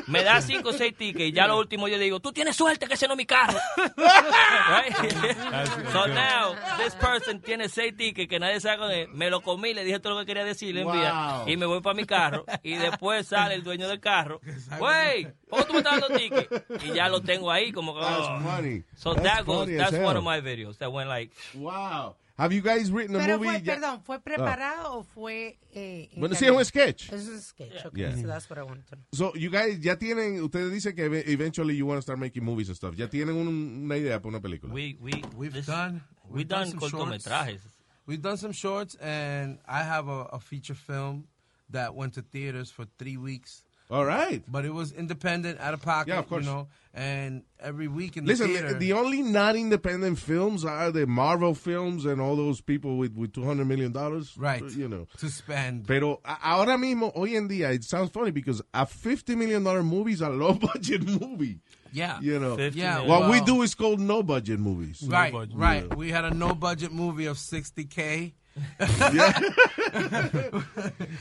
S14: me da cinco o seis tickets y ya lo último yo le digo, tú tienes suerte que ese no es mi carro. Right? so now, this person tiene seis tickets que nadie sabe con él. Me lo comí, le dije todo lo que quería decir, le envía.
S5: Wow.
S14: Y me voy para mi carro. Y después sale el dueño del carro. Güey, ¿por qué tú me estás dando tickets? Y ya lo tengo ahí como que...
S5: That's
S14: oh.
S5: funny.
S14: So
S5: That's
S14: that goes,
S5: funny as
S14: that's
S5: hell.
S14: one of my videos that went like...
S5: Wow. Have you guys written a
S7: Pero
S5: movie?
S7: fue,
S5: ya- Ah.
S7: perdón, ¿fue preparado o fue... Eh,
S5: Bueno,
S7: encarnado?
S5: sí, es un sketch.
S7: Es un sketch, ok.
S5: Yeah.
S7: So that's what I wanted to know.
S5: So, you guys ya tienen, ustedes dicen que ev- eventually you want to start making movies and stuff. Ya tienen un- una idea para una película.
S14: We, we,
S18: We've done.
S14: we done cortometrajes.
S18: shorts. We've done some shorts, and I have a, a feature film that went to theaters for three weeks.
S5: All right.
S18: But it was independent, out of pocket.
S5: Yeah, of course.
S18: You know, and every week in the
S5: Listen,
S18: theater.
S5: the only not independent films are the Marvel films and all those people with, with 200 million dollars. Right. You know.
S18: To spend.
S5: Pero a- ahora mismo, hoy en día, it sounds funny because a 50 million dollar movie is a low budget movie.
S18: Yeah.
S5: You know.
S18: Yeah.
S5: What we
S18: well-
S5: do is called no budget movies.
S18: Right,
S5: You
S18: right.
S5: know.
S18: We had a no budget movie of 60K.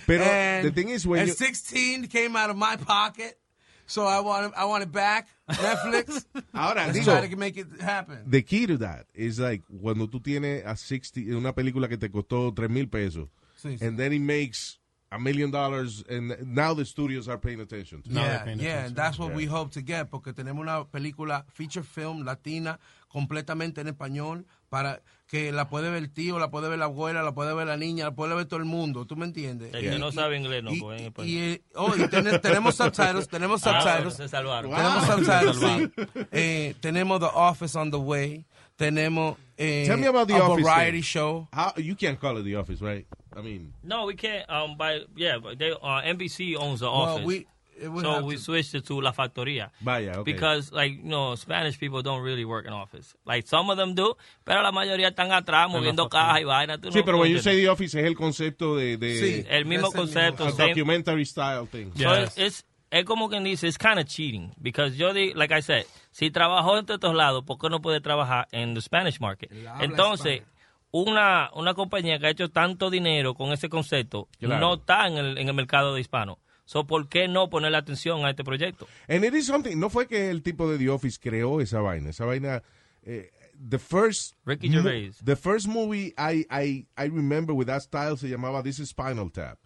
S5: Pero
S18: and,
S5: the thing is when
S18: and
S5: you-
S18: 16 came out of my pocket, so I want it, I want it back. Netflix.
S5: Ahora,
S18: Let's
S5: digo-
S18: try to make it happen.
S5: The key to that is like cuando tú tienes a 60, una película que te costó 3 mil pesos,
S18: Sí, sí.
S5: and then it makes a million dollars, and now the studios are paying attention. to it.
S18: yeah, yeah, and that's what we hope to get, porque tenemos una película feature film latina completamente en español para que la puede ver el tío, la puede ver la abuela, la puede ver la niña, la puede ver todo el mundo, ¿tú me entiendes?
S14: El que no sabe inglés no puede en español.
S18: Y, eh, oh, y tene- tenemos subtitles, tenemos
S14: Ah,
S18: subtitles.
S14: bueno, se salvaron.
S18: Tenemos
S14: Wow.
S18: subtitles,
S14: Se
S18: sí. Eh, tenemos The Office on the way. Tenemos eh,
S5: Tell me about the
S18: a
S5: office.
S18: variety
S5: thing.
S18: show.
S5: How, you can't call it the office, right? I mean,
S14: No, we can't. Um, by yeah, but they uh, NBC owns the
S5: Well,
S14: office.
S5: we- it would
S14: so
S5: have
S14: we switched it to La Factoría.
S5: Vaya, okay.
S14: Because like you know, Spanish people don't really work in office. Like some of them do, pero la mayoría están atrás moviendo cajas y vaina. Tú
S5: sí,
S14: no-
S5: pero
S14: no
S5: when you
S14: entiendes.
S5: say the office es el concepto de, de
S14: Sí, el mismo es el concepto,
S5: a
S14: same-
S5: documentary style thing.
S14: So it's, it's- es como quien dice, it's kind of cheating. Because yo, di, like I said, si trabajó en todos lados, ¿por qué no puede trabajar en the Spanish market?
S18: habla
S14: Entonces, una, una compañía que ha hecho tanto dinero con ese concepto
S5: Claro.
S14: no está en el, en el mercado de hispano. So, ¿por qué no ponerle atención a este proyecto?
S5: And it is something. No fue que el tipo de The Office creó esa vaina. Esa vaina. eh, the first.
S14: Ricky
S5: mo-
S14: Gervais.
S5: The first movie I, I, I remember with that style se llamaba This is Spinal Tap.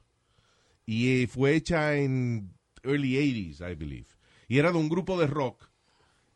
S5: Y eh, fue hecha en early 80s, I believe. Y era de un grupo de rock.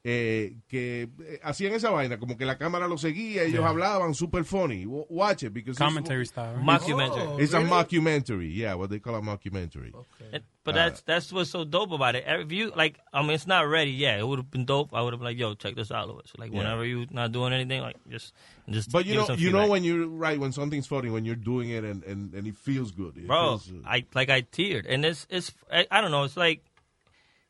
S5: eh, que eh, hacían esa vaina, como que la cámara lo seguía, ellos
S16: Yeah.
S5: hablaban, super funny. W- Watch it, because it's-
S16: Commentary style, right?
S14: Mockumentary. Oh,
S5: It's a
S14: really?
S5: mockumentary, yeah, what they call a mockumentary.
S14: It- Eh, but
S5: Uh,
S14: that's that's what's so dope about it. If you like, I mean, it's not ready yet. It would have been dope. I would have been like, yo, check this out, Louis. Like,
S5: Yeah.
S14: whenever you're not doing anything, like, just just.
S5: But you
S14: give
S5: know,
S14: us some
S5: you know
S14: feedback.
S5: when you're right when something's funny, when you're doing it and, and, and it feels good. It
S14: bro.
S5: feels, uh,
S14: I like I teared, and it's it's I, I don't know. It's like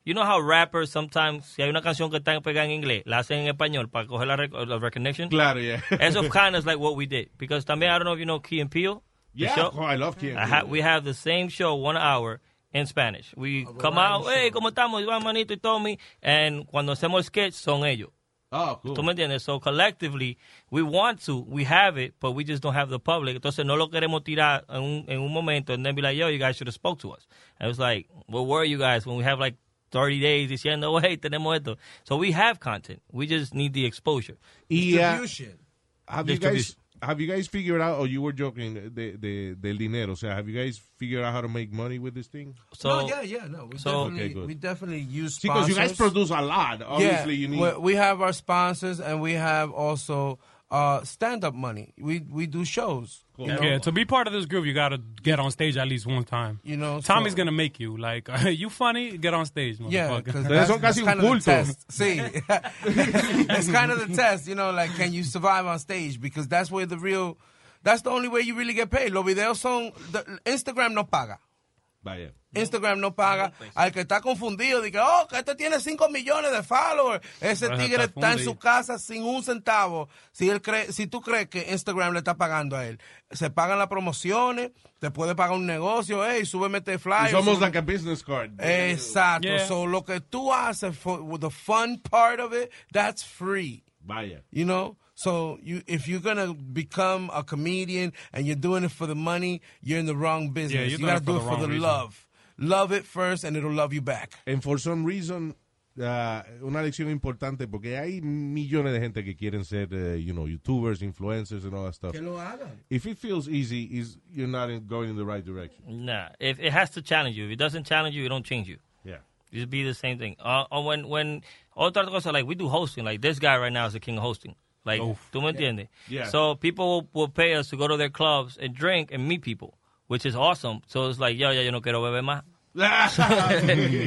S14: you know how rappers sometimes si hay una canción que están pegada en inglés la hacen en español para coger la, rec- la recognition.
S5: Claro, yeah.
S14: As of kind of like what we did because también I don't know if you know Key and Peele. the
S5: Yeah,
S14: show.
S5: of course, I love Key and
S14: I ha-
S5: Peele.
S14: we have the same show one hour. In Spanish. We
S5: Oh,
S14: come out, hey, ¿cómo estamos? Iván Manito y Tommy. And cuando hacemos el sketch, son ellos.
S5: Oh, cool.
S14: ¿Tú me entiendes? So, collectively, we want to, we have it, but we just don't have the public. Entonces, no lo queremos tirar en un, en un momento and then be like, yo, you guys should have spoke to us. And it was like, where were you guys when we have like 30 days diciendo, oh, hey, tenemos esto. So, we have content. We just need the exposure.
S5: Y, uh, have you guys
S14: Distribution.
S5: have you guys figured out? Or you were joking the the del dinero. So have you guys figured out how to make money with this thing?
S18: no, yeah, yeah, no. We definitely,
S5: okay, good.
S18: we definitely use
S5: See, 'cause
S18: sponsors.
S5: you guys produce a lot. Obviously,
S18: yeah,
S5: you need-
S18: We, we have our sponsors, and we have also uh, stand-up money. We we do shows. you know?
S16: Yeah, to be part of this group, you gotta get on stage at least one time.
S18: You know,
S16: Tommy's
S18: so-
S16: gonna make you like you funny. Get on stage,
S18: Yeah,
S16: motherfucker.
S18: 'cause that's- that's kind of the test. See, it's kind of the test, you know, like can you survive on stage? Because that's where the real, that's the only way you really get paid. Los videos son, the- Instagram no paga.
S5: Vaya.
S18: Instagram no paga. Al que está confundido, dice, oh, que este tiene 5 millones de followers. Ese
S5: Ajá,
S18: tigre
S5: está
S18: está en su
S5: fundido.
S18: casa sin un centavo. Si, él cree, si tú crees que Instagram le está pagando a él, se pagan las promociones, te puede pagar un negocio, hey, súbeme este flyer.
S5: It's almost
S18: súbeme-
S5: like a business card.
S18: Exacto.
S5: Yeah.
S18: So lo que tú haces for with the fun part of it, that's free.
S5: Vaya.
S18: You know? So you if you're gonna become a comedian and you're doing it for the money, you're in the wrong business.
S5: you're
S18: you
S5: doing
S18: gotta
S5: it for
S18: do
S5: the
S18: it for
S5: wrong
S18: the
S5: reason.
S18: love. Love it first and it'll love you back.
S5: And for some reason, ah, una lección importante porque hay millones de gente que quieren ser, eh, you know, YouTubers, influencers, and all that stuff.
S18: Que lo hagan.
S5: If it feels easy, is you're not in- going in the right direction.
S14: Nah, if it has to challenge you. If it doesn't challenge you, it don't change you.
S5: Yeah.
S14: It Just be the same thing. Uh, or when when otra cosa like we do hosting. Like this guy right now is the king of hosting. Like, tú me entiendes?
S5: Yeah.
S14: So people will, will pay us to go to their clubs and drink and meet people, which is awesome. So it's like, yo, ya yo no quiero beber más.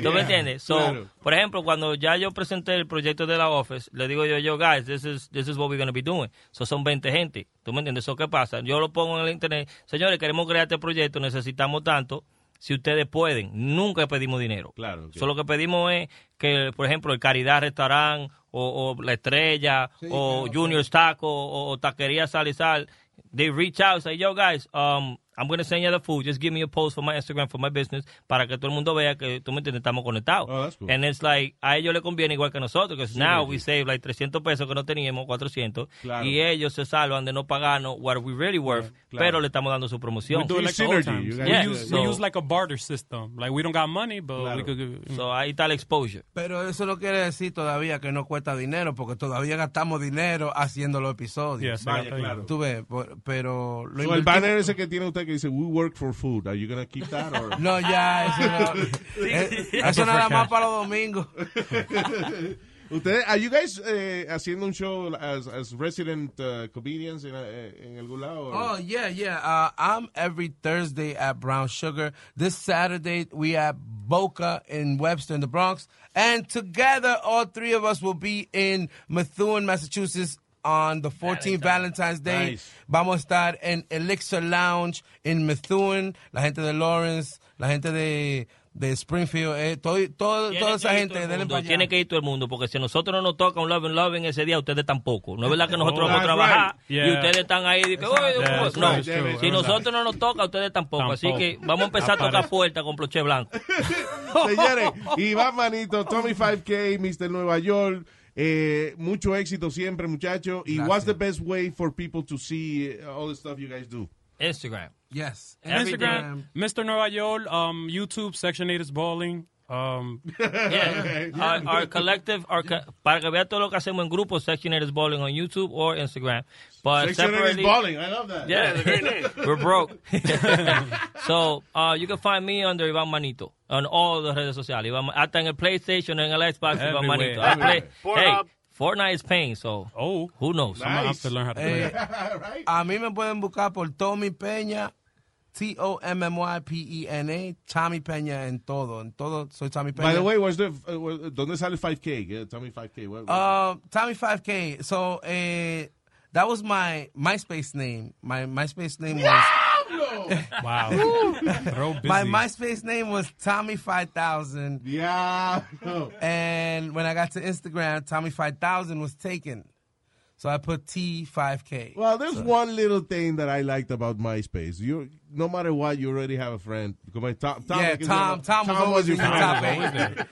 S14: ¿Tú me entiendes? So,
S5: Claro.
S14: por ejemplo, cuando ya yo presenté el proyecto de la Office, le digo yo, yo, guys, this is, this is what we're going to be doing. So, son 20 gente. ¿Tú me entiendes? So, ¿qué pasa? Yo lo pongo en el internet. Señores, queremos crear este proyecto, necesitamos tanto. si ustedes pueden. Nunca pedimos dinero.
S5: Claro.
S14: Solo lo que pedimos es que, por ejemplo, el Caridad Restaurant o, o La Estrella o Junior Taco o, o Taquería Sal y Sal, they reach out say, yo, guys, um, I'm going to send you the food. Just give me a post for my Instagram, for my business, para que todo el mundo vea que tú me entiendes, estamos conectados.
S5: Oh, cool.
S14: And it's like, a ellos les conviene igual que a nosotros, because
S5: Sí,
S14: now
S5: sí.
S14: we save like 300 pesos que no teníamos, 400,
S5: Claro.
S14: y ellos se salvan de no pagarnos what we really worth,
S16: claro.
S14: pero le estamos dando su promoción.
S16: We do it like the old times.
S14: Yeah,
S16: we, use,
S14: so-
S16: we use like a barter system. Like we don't got money, but we could give.
S14: So ahí está el exposure.
S18: Pero eso no quiere decir todavía que no cuesta dinero, porque todavía gastamos dinero haciendo los episodios.
S5: Yes, Vaya, claro.
S18: Tú ves, por- pero lo
S5: So, el
S18: invertimos-
S5: banner ese que tiene usted que dice, we work for food, are you going to keep that? Or?
S18: No, ya, eso no. Eh, eso nada más para los domingos.
S5: Ustedes, are you guys eh, haciendo un show as, as resident uh, comedians en, eh, en algún lado? or-
S18: Oh yeah, yeah. Uh, I'm every Thursday at Brown Sugar. This Saturday we at Boca in Webster in the Bronx, and together all three of us will be in Methuen, Massachusetts. On the 14th Valentine's Day,
S5: Nice.
S18: vamos a estar en Elixir Lounge en Methuen, la gente de Lawrence, la gente de, de Springfield, eh, todo, todo-
S14: Tiene
S18: toda
S14: que
S18: esa
S14: ir
S18: gente,
S14: todo el
S18: denle
S14: mundo,
S18: para allá.
S14: Tiene que ir todo el mundo, porque si a nosotros no nos toca un Love and Loving ese día, ustedes tampoco. No es verdad que
S16: Oh,
S14: nosotros vamos a
S16: that's
S14: trabajar
S16: right.
S14: y
S16: Yeah.
S14: ustedes están ahí. de que,
S16: Exacto.
S14: "Oye,
S16: Yeah,
S14: ¿cómo?"
S16: that's
S14: no,
S16: right, that's true.
S14: si
S16: Es
S14: nosotros no nos toca, ustedes tampoco. Así
S16: Tampoco.
S14: que vamos a empezar a tocar
S5: Aparece.
S14: puerta con Ploche Blanco.
S5: Señores, Iván Manito, Tommy 5K, Mr. Nueva York. eh, mucho éxito siempre, muchachos. Y
S18: Gracias.
S5: what's the best way for people to see uh, all the stuff you guys do?
S14: Instagram.
S18: Yes.
S16: Instagram, Mr. Nueva York, um, YouTube, Section 8 is balling. Um,
S14: Yeah. Our, our collective, our co- para que vean todo lo que hacemos en grupo, Section 8 is Bowling on YouTube or Instagram. But
S5: Section 8 is
S14: separately-
S5: Balling, I love that.
S14: Yeah,
S5: Yeah, great name.
S14: we're broke. so uh, you can find me under Iván Manito on all the redes sociales. Iván, Ma- hasta en el PlayStation, en el Xbox, Iván
S16: Everywhere.
S14: Manito. I play- hey,
S16: Pornhub.
S14: Fortnite is pain, so
S16: oh,
S14: who knows?
S16: I'm gonna have to learn how to play
S18: Eh, a mí me pueden buscar por Tommy Peña, T-O-M-M-Y-P-E-N-A, E Tommy Peña en todo, en todo soy Tommy Peña.
S5: By the way, what's the, uh, what- ¿dónde sale 5K? Yeah, Tommy 5K. what-
S18: Uh, Tommy 5K, so eh, that was my MySpace name. My MySpace name
S16: Wow.
S18: was...
S16: busy.
S18: My MySpace name was Tommy 5000.
S5: Yeah.
S18: And when I got to Instagram, Tommy 5000 was taken. So I put T5K.
S5: Well, there's one little thing that I liked about MySpace. You, no matter what, you already have a friend. Como Tom, Tom
S18: Yeah,
S5: is
S18: Tom-
S5: your-
S18: Tom was always in your top
S5: friend.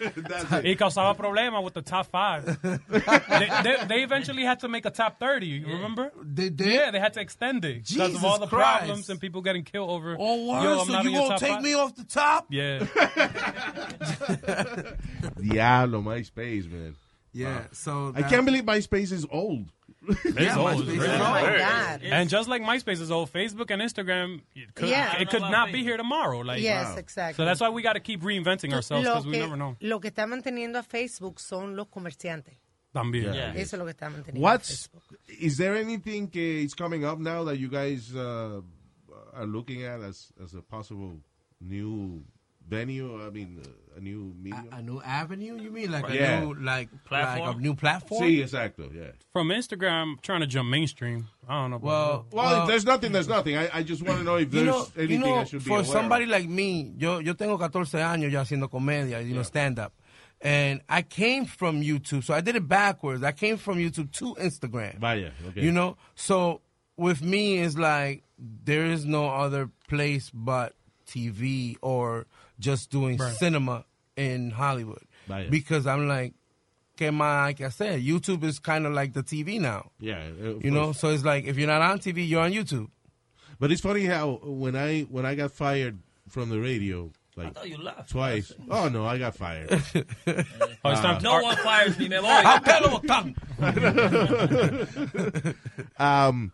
S16: It causaba problema with the top five. they, they, they eventually had to make a top 30, you remember?
S18: They did?
S16: Yeah, they had to extend it. Because
S18: Jesus
S16: of all the
S18: Christ.
S16: problems and people getting killed over.
S18: Oh, word,
S16: "Yo, I'm
S18: so
S16: not
S18: you
S16: in your
S18: gonna
S16: top
S18: take
S16: five."
S18: me off the top?
S16: Yeah.
S5: Diablo, MySpace, man.
S18: Yeah,
S5: Wow.
S18: so
S5: I
S18: that-
S5: can't believe MySpace is old.
S16: It's old, it's really
S18: Oh, my
S16: old.
S18: God.
S16: And just like MySpace is old, Facebook and Instagram, it could,
S7: Yeah.
S16: it could not be here tomorrow. Like,
S7: Yes, Wow. exactly.
S16: So that's why we got to keep reinventing ourselves
S7: Lo
S16: because we
S7: que,
S16: never know.
S7: lo que está manteniendo a Facebook son los comerciantes.
S16: También.
S5: Yeah.
S7: Eso es lo que está manteniendo.
S5: What's is there anything que is coming up now that you guys uh, are looking at as as a possible new venue? I mean, uh, a new medium,
S18: a, new avenue. You mean like a
S5: Yeah.
S18: new like
S5: Platform?
S18: like a new platform?
S5: Sí, exacto. Yeah.
S16: From Instagram, trying to jump mainstream. I don't know.
S18: Well,
S5: Well, if there's nothing, there's nothing. I, I just want to know if
S18: You
S5: there's
S18: know,
S5: anything
S18: you know,
S5: I should be
S18: for
S5: aware
S18: somebody like me, yo, yo tengo 14 años ya haciendo comedia, you know, stand up. And I came from YouTube, so I did it backwards. I came from YouTube to Instagram.
S5: Vaya, okay.
S18: You know, so with me it's like there is no other place but TV or just doing
S5: Right.
S18: cinema in Hollywood.
S5: Vaya.
S18: Because I'm like, que más hay que hacer? YouTube is kind of like the TV now.
S5: Yeah,
S18: You
S5: of
S18: know,
S5: course.
S18: so it's like if you're not on TV, you're on YouTube.
S5: But it's funny how when I when I got fired from the radio, like
S14: thought you laughed.
S5: twice. Oh no, I got fired. Uh,
S14: Oh, it's time to- No one fires me, me voy.
S5: um,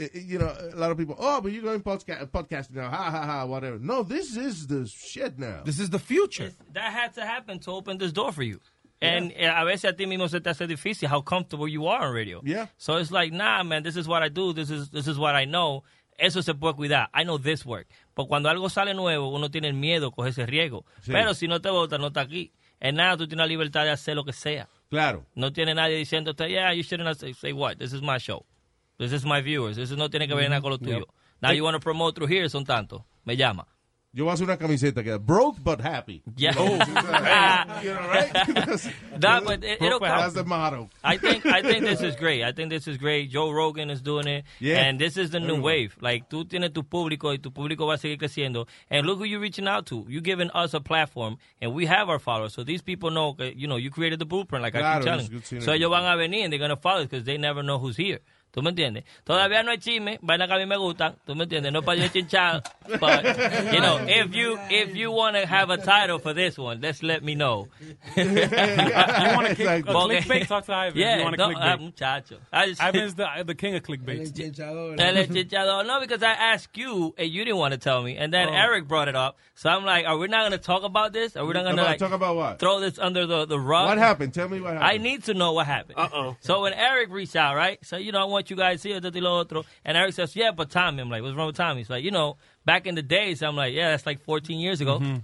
S5: i- i- you know, a lot of people. Oh, but you're going podcast podcasting now. Ha ha ha. Whatever. No, this is the shit now.
S18: This is the future.
S14: That had to happen to open this door for you. And eh, a veces a ti mismo se te hace difícil how comfortable you are on radio.
S5: Yeah.
S14: So it's like, nah, man, this is what I do. This is this is what I know. Eso se puede cuidar. I know this work. Pero cuando algo sale nuevo, uno tiene el miedo, coge ese riesgo.
S5: Sí.
S14: Pero si no te vota, no está aquí. En nada, tú tienes la libertad de hacer lo que sea.
S5: Claro.
S14: No tiene nadie diciéndote, yeah, you shouldn't say, say what? This is my show.
S5: Mm-hmm.
S14: This is my viewers. This is- no tiene que ver nada con lo
S16: Yep.
S14: tuyo. Now you want to promote through here, son tantos. Me llama.
S5: Yo voy a hacer una camiseta que da, broke but happy.
S14: Yeah. Oh.
S5: Oh, you're right. That's-
S14: That, but it, it'll
S5: Broke but
S14: come.
S5: That's the motto.
S14: I think I think this is great. I think this is great. Joe Rogan is doing it,
S5: Yeah.
S14: and this is the new
S5: Everyone.
S14: wave. Like tú tienes tu público y tu público va a seguir creciendo. And look who you're reaching out to. You're giving us a platform, and we have our followers. So these people know, que, you know, you created the blueprint. Like I
S5: Claro,
S14: keep
S5: it's
S14: telling.
S5: good
S14: you.
S5: synergy.
S14: So ellos van a venir and they're gonna follow because they never know who's here. ¿Tú me entiendes? Todavía no hay chisme, vaina que a mí me gustan. ¿Tú me entiendes? No es para yo chinchar. But, you know, if you if you want to have a title for this one, just let me know.
S16: You want to kick a clickbait? Talk to Ivan.
S14: Yeah,
S16: you want to
S14: no, ah,
S16: clickbait?
S14: muchacho.
S16: Ivan's the, uh, the king of clickbait.
S14: El enchichador. No, because I asked you and you didn't want to tell me. And then
S16: Oh.
S14: Eric brought it up. So I'm like, are we not going to talk about this? Are we not going to
S5: About-
S14: like,
S5: talk about what?
S14: throw this under the, the rug?
S5: What happened? Tell me what happened.
S14: I need to know what happened. Uh oh. So when Eric reached out, right? So, you know, I want you guys here, this, lo otro. And Eric says, yeah, but Tommy. I'm like, what's wrong with Tommy? He's like, you know, back in the days, I'm like, yeah, that's like 14 years ago.
S5: Mm-hmm.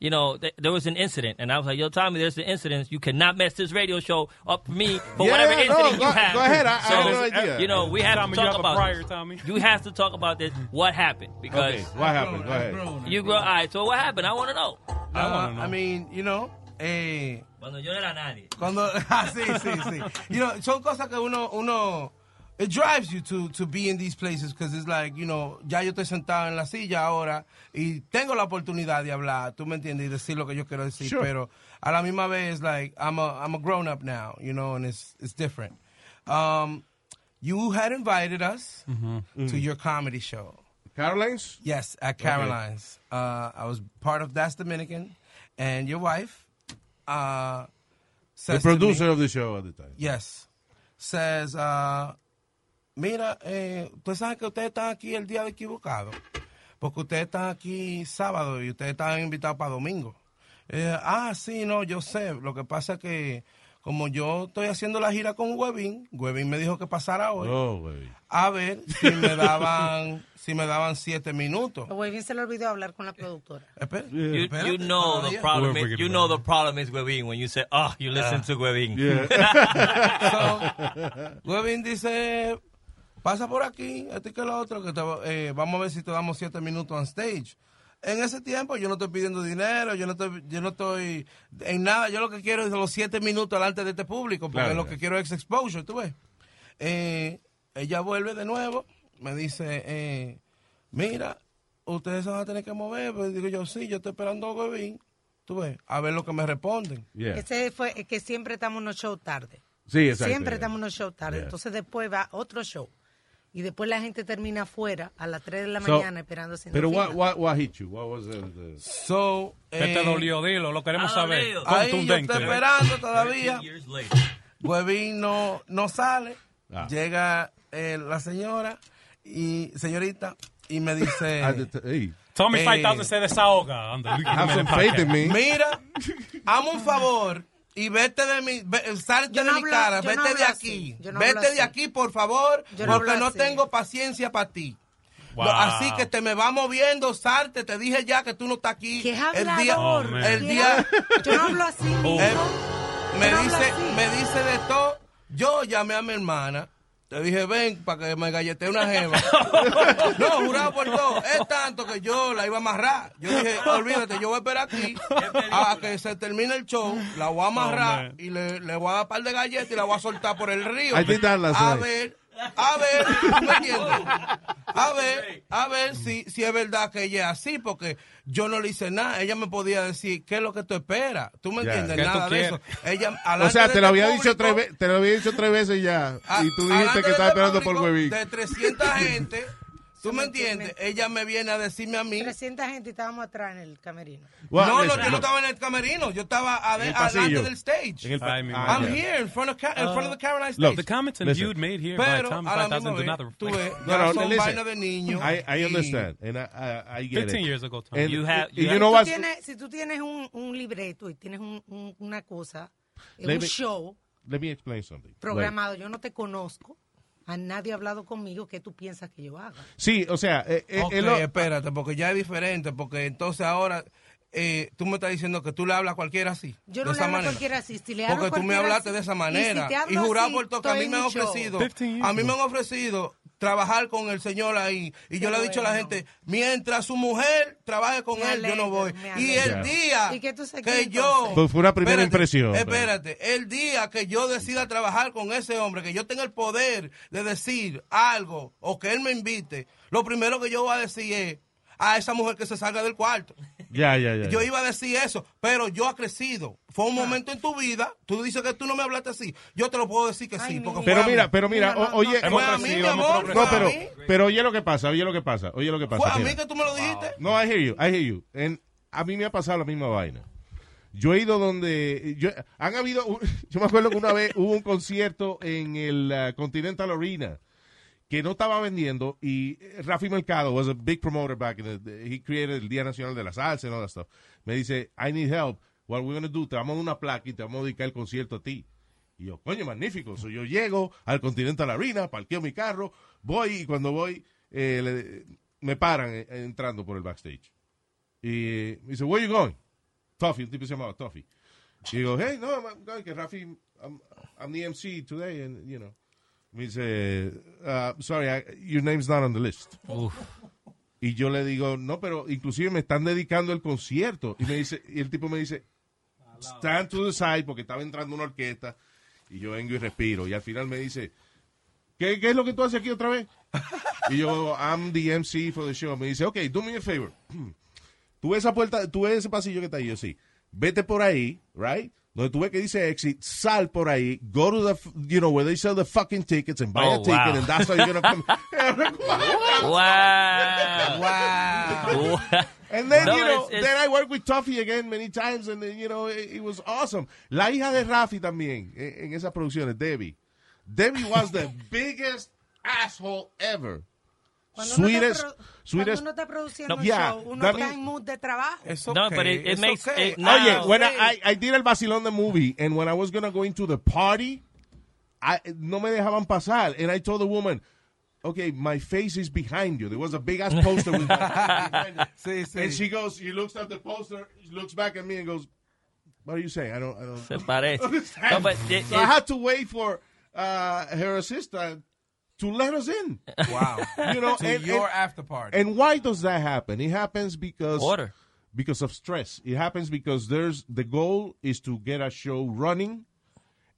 S14: You know, th- there was an incident, and I was like, "Yo, Tommy, there's an incident. You cannot mess this radio show up for me for
S5: Yeah,
S14: whatever
S5: no,
S14: incident
S5: go-
S14: you have."
S5: go ahead. I- I
S14: So,
S5: have no idea.
S14: You know, we have
S16: Tommy,
S14: to
S16: you have
S14: talk
S16: a
S14: about
S16: prior,
S14: this.
S16: Tommy.
S14: You have to talk about this. What happened? Because
S5: Mm-hmm. Okay, what happened? Go ahead.
S14: you go. All right. So what happened? I want to know.
S18: Uh, I mean, you know, eh,
S14: Cuando yo no era nadie.
S18: Cuando, ah, sí, sí, sí. You know, son cosas que uno, uno, it drives you to, to be in these places because it's like, you know, ya yo estoy sentado en la silla ahora y tengo la oportunidad de hablar, tú me entiendes, y decir lo que yo quiero decir,
S5: Sure.
S18: pero a la misma vez, like, I'm a, I'm a grown up now, you know, and it's, it's different. Um, you had invited us to your comedy show.
S5: Mm-hmm. Mm. Caroline's?
S18: Yes, at
S5: Okay.
S18: Caroline's. Uh, I was part of That's Dominican, and your wife. Uh,
S5: The
S18: says to me-
S5: producer of the show at the time.
S18: Yes. Says, uh, mira, eh, ustedes saben que ustedes están aquí el día de equivocado. Porque ustedes están aquí sábado y ustedes están invitados para domingo. Eh, ah, sí, no, yo sé. Lo que pasa es que como yo estoy haciendo la gira con Webin, Webin me dijo que pasara hoy.
S5: Oh, güey.
S18: A ver si me daban, si me daban siete minutos.
S7: Güey, bien se le olvidó hablar con la productora.
S5: Eh,
S18: Espera,
S14: You,
S18: espérate,
S14: you
S5: Oh,
S14: know the
S18: todavía.
S14: problem. Is, you know the problem is Webin when you say, "Oh, you listen
S5: Ah.
S14: to Webin."
S18: So, Webin dice, pasa por aquí, este que lo otro, que te va- eh, vamos a ver si te damos siete minutos on stage. En ese tiempo yo no estoy pidiendo dinero, yo no estoy, yo no estoy en nada, yo lo que quiero es los siete minutos delante de este público, porque
S5: Claro,
S18: lo
S5: claro.
S18: que quiero es exposure, tú ves. Eh, ella vuelve de nuevo, me dice, eh, mira, ustedes se van a tener que mover, pues digo yo, sí, yo estoy esperando a Webin, tú ves, a ver lo que me responden.
S5: Yeah.
S7: Ese fue eh, que siempre estamos en los shows tarde.
S5: Sí, exacto.
S7: Siempre estamos en los shows tarde.
S5: Yeah.
S7: Entonces después va otro show. Y después la gente termina afuera a las 3 de la
S5: So-
S7: mañana esperando sin
S5: Pero what, what, what hit you? What was the... the-
S18: So, eh,
S16: Que te dolió, dilo, lo queremos
S14: Ah,
S16: saber.
S18: Ahí yo estoy esperando todavía.
S16: 13 years
S18: Huevín no, no sale.
S5: Ah.
S18: Llega eh, la señora y señorita y me
S5: At
S18: dice.
S5: the t- hey.
S16: Tommy
S18: Eh.
S16: 5000 se desahoga. on the
S14: Ah.
S16: Luis
S5: Ah, Have some
S16: Jiménez
S5: faith in me.
S16: podcast.
S18: Mira, hazme un favor y vete de mi, ve- salte
S7: Yo no
S18: de mi
S7: hablo-
S18: cara,
S7: yo no
S18: vete
S7: hablo
S18: de
S7: así,
S18: aquí,
S7: yo no hablo
S18: vete
S7: así.
S18: de aquí por favor,
S7: Yo no hablo
S18: porque no
S7: así.
S18: tengo paciencia para ti.
S16: Wow.
S18: No, Así que te me va moviendo, salte, te dije ya que tú no estás aquí.
S7: ¿Qué
S18: el día,
S7: hablador?
S16: Oh, man. Oh.
S18: el
S7: ¿Qué
S18: día,
S7: Yo no hablo así. mijo.
S18: Eh, me
S7: Pero habla
S18: dice,
S7: así.
S18: me dice de todo. Yo llamé a mi hermana. Le dije, ven, para que me gallete una jeva. no, jurado por todo. Es tanto que yo la iba a amarrar. Yo dije, olvídate, yo voy a esperar aquí a que se termine el show. La voy a amarrar
S16: man.
S18: y le, le voy a dar un par de galletas y la voy a soltar por el río.
S5: I did that last
S18: a
S5: night.
S18: ver, a ver, ¿tú me entiendes? A ver, a ver si, si es verdad que ella es así, porque yo no le hice nada. Ella me podía decir, ¿qué es lo que tú esperas? ¿Tú me
S5: Ya.
S18: entiendes?
S5: ¿Qué tú
S18: Nada de
S5: quieres?
S18: eso. Ella,
S5: O sea,
S18: alante
S5: te lo,
S18: de
S5: había
S18: este
S5: dicho tres,
S18: público,
S5: ve- te lo había dicho tres veces ya.
S18: a-
S5: y tú
S18: alante
S5: dijiste que
S18: de
S5: estaba
S18: este
S5: esperando por
S18: público
S5: Huevín.
S18: De 300 gente, ¿tú me entiendes? Ella me viene a decirme a mí.
S7: 300 gente y estábamos atrás en el camerino.
S5: Well,
S18: no, no,
S5: listen,
S18: yo no
S5: look.
S18: estaba en el camerino. Yo estaba ade-
S5: En el
S18: adelante
S5: pasillo. Ah,
S18: del stage.
S5: En el pa- Ay, mi
S18: I'm
S5: madre.
S18: here in front of, Ca- in front of the Caroline stage.
S5: Look,
S16: The comments and
S5: listen.
S16: viewed made here by
S18: Pero,
S16: Tommy
S18: a la
S16: 5000 do
S18: misma
S16: not
S18: vez,
S16: reflect.
S18: tú
S5: No,
S18: Ya
S5: no,
S18: son
S5: listen.
S18: vaina de niños
S5: I, I
S18: y-
S5: understand. And I, I, I get
S16: 15
S5: it.
S16: years ago, Tommy.
S5: And-
S16: You have-
S5: y-
S16: you
S5: you
S16: have-
S5: know
S7: si,
S5: what?
S7: tú tienes, si tú tienes un, un libreto y tienes un- un- una cosa, eh,
S5: Let
S7: un
S5: me-
S7: show
S5: Let me explain something.
S7: programado, yo no te conozco, a nadie ha hablado conmigo, ¿qué tú piensas que yo haga?
S5: Like, sí, o sea, eh, eh,
S18: Ok,
S5: eh, lo-
S18: espérate, porque ya es diferente, porque entonces ahora eh, tú me estás diciendo que tú le hablas a cualquiera así.
S7: Yo
S18: de
S7: no le
S18: esa
S7: hablo a
S18: manera.
S7: cualquiera así, si le hablo
S18: Porque tú me
S7: cualquiera
S18: hablaste
S7: así,
S18: de esa
S7: y si
S18: manera.
S7: te hablo
S18: Y, jurado
S7: así,
S18: por todo que a
S7: estoy
S18: mí me
S7: en
S18: han
S7: un show.
S18: ofrecido.
S16: 15 years
S18: A mí me han
S16: ago.
S18: ofrecido trabajar con el señor ahí. Y yo
S7: Qué
S18: le he dicho a la
S7: bueno.
S18: gente, mientras su mujer trabaje con
S7: Me
S18: él, yo no voy.
S7: alegro, me
S18: Y
S7: alegro.
S18: el día
S7: ¿Y qué tú se
S18: que
S7: quieres
S18: yo...
S5: Pues fue una primera impresión.
S18: Espérate, el día que yo decida trabajar con ese hombre, que yo tenga el poder de decir algo o que él me invite, lo primero que yo voy a decir es a esa mujer que se salga del cuarto.
S5: Ya, ya, ya.
S18: Yo iba a decir eso, pero yo ha crecido. Fue
S5: Ah.
S18: un momento en tu vida, tú dices que tú no me hablaste así. Yo te lo puedo decir que sí. porque fue
S5: Pero
S18: a mí.
S5: mira, pero mira, o- oye,
S18: fue a mí, mi amor,
S5: no,
S18: fue a
S5: pero,
S18: mí.
S5: pero oye lo que pasa, oye lo que pasa, oye lo que pasa.
S18: Fue a
S5: mira.
S18: mí que tú me lo dijiste.
S5: No, I hear you, I hear you. And a mí me ha pasado la misma vaina. Yo he ido donde, yo, han habido, un- yo me acuerdo que una vez hubo un concierto en el uh, Continental Arena que no estaba vendiendo y eh, Rafi Mercado was a big promoter back in the day. He created el Día Nacional de la Salsa and all that stuff. Me dice, I need help. What we're gonna do, te vamos a dar una placa y te vamos a dedicar el concierto a ti. Y yo, coño, magnífico. So, yo llego al Continental Arena, parqueo mi carro, voy y cuando voy, eh, le- me paran eh, entrando por el backstage. Y me dice, where you going? Toffee, un tipo se llamaba Toffee. Y digo, hey, no, I'm going, que Rafi, I'm, I'm the MC today, and, you know. Me dice, "Uh, sorry, I- your name's not on the list. Y yo le digo, no, pero inclusive me están dedicando el concierto. Y me dice, y el tipo me dice, stand to the side, porque estaba entrando una orquesta. Y yo vengo y respiro. Y al final me dice, ¿qué, qué es lo que tú haces aquí otra vez? Y yo, I'm the MC for the show. Me dice, ok, do me a favor. Tú ves esa puerta, tú ves ese pasillo que está ahí, yo sí. Vete por ahí, right? Donde tú ves que dice exit, sal por ahí, go to the, f- you know, where they sell the fucking tickets and buy
S14: Oh,
S5: a ticket
S14: wow.
S5: and that's how you're gonna come.
S14: Wow.
S5: wow. And then,
S14: No,
S5: you know,
S14: it's- it's-
S5: then I worked with Tuffy again many times and, then, you know, it, it was awesome. La hija de Rafi también, en, en esas producciones, Debbie. Debbie was the biggest asshole ever.
S7: Cuando uno está
S5: Sweetest,
S7: pro-
S5: sweetest.
S7: Cuando uno está produciendo
S5: No,
S7: un
S5: yeah,
S7: show, uno
S5: that
S7: está
S5: means-
S7: en mood de trabajo.
S14: No, but it- it it's makes- okay. it- now-
S5: Oye, Oh, when I, I, I did el vacilón de movie, and when I was gonna go into the party, I, no me dejaban pasar, and I told the woman, okay, my face is behind you. There was a big ass poster with my face behind it. And she goes, she looks at the poster, she looks back at me and goes, what are you saying? I don't, I don't.
S14: Se parece.
S5: understand."
S14: No, but it-
S5: so I
S14: it-
S5: had to wait for uh, her assistant to let us in.
S18: Wow.
S5: you know,
S18: To your after party.
S5: And why does that happen? It happens because
S14: Order.
S5: because of stress. It happens because there's the goal is to get a show running,